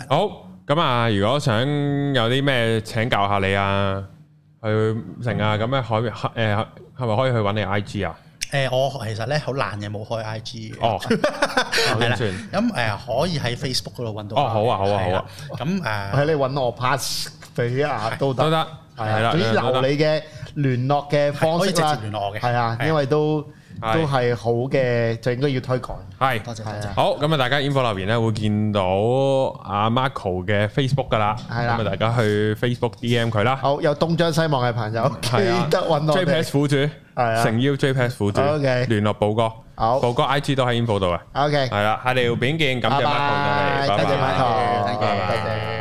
S1: 好，咁啊，如果想有啲咩請教下你啊，去成啊，咁咧可诶係咪可以去揾你 I G 啊？
S3: 誒、我其實咧好懶嘅，冇開 IG 嘅。
S1: 哦，
S3: 係啦，
S1: 算
S3: 咁誒、可以喺 Facebook 嗰度揾到。
S1: 哦好啊好啊
S3: 係啦
S1: 好啊。
S3: 咁誒、
S5: 喺你揾我 pass <laughs> 俾啊都
S1: 都
S5: 得，
S1: 得，
S5: 係
S1: 係
S5: 啊，
S1: 啦，
S5: 總之留你嘅聯絡嘅方
S3: 可以
S5: 式
S3: 直接
S5: 啦，
S3: 聯絡我嘅
S5: 係啊，
S3: 係
S5: 因為都
S1: 係
S5: 都係好嘅，就應該要推廣。
S1: 係
S3: 多謝多
S5: 係啊
S3: 謝。
S1: 好，咁啊，大家 info 留言咧會見到阿 Marco 嘅 Facebook 噶啦，
S5: 係啦
S1: 咁啊，大家去 Facebook DM 佢啦。
S5: 好，有東張西望嘅朋友，記
S1: 係啊
S5: 得揾我
S1: JPS
S5: 哋。
S1: 苦主，
S5: 啊
S1: 誠邀 JPS 苦主
S5: OK
S1: 聯絡寶哥，
S5: 好
S1: 寶哥 IG 都喺 info 度啊。
S5: OK，
S1: 係啦，下條片見，感謝
S5: 拜
S1: Marco 上嚟，
S5: 拜，多謝
S1: 拜拜
S5: Marco，
S3: 拜拜
S5: 多謝。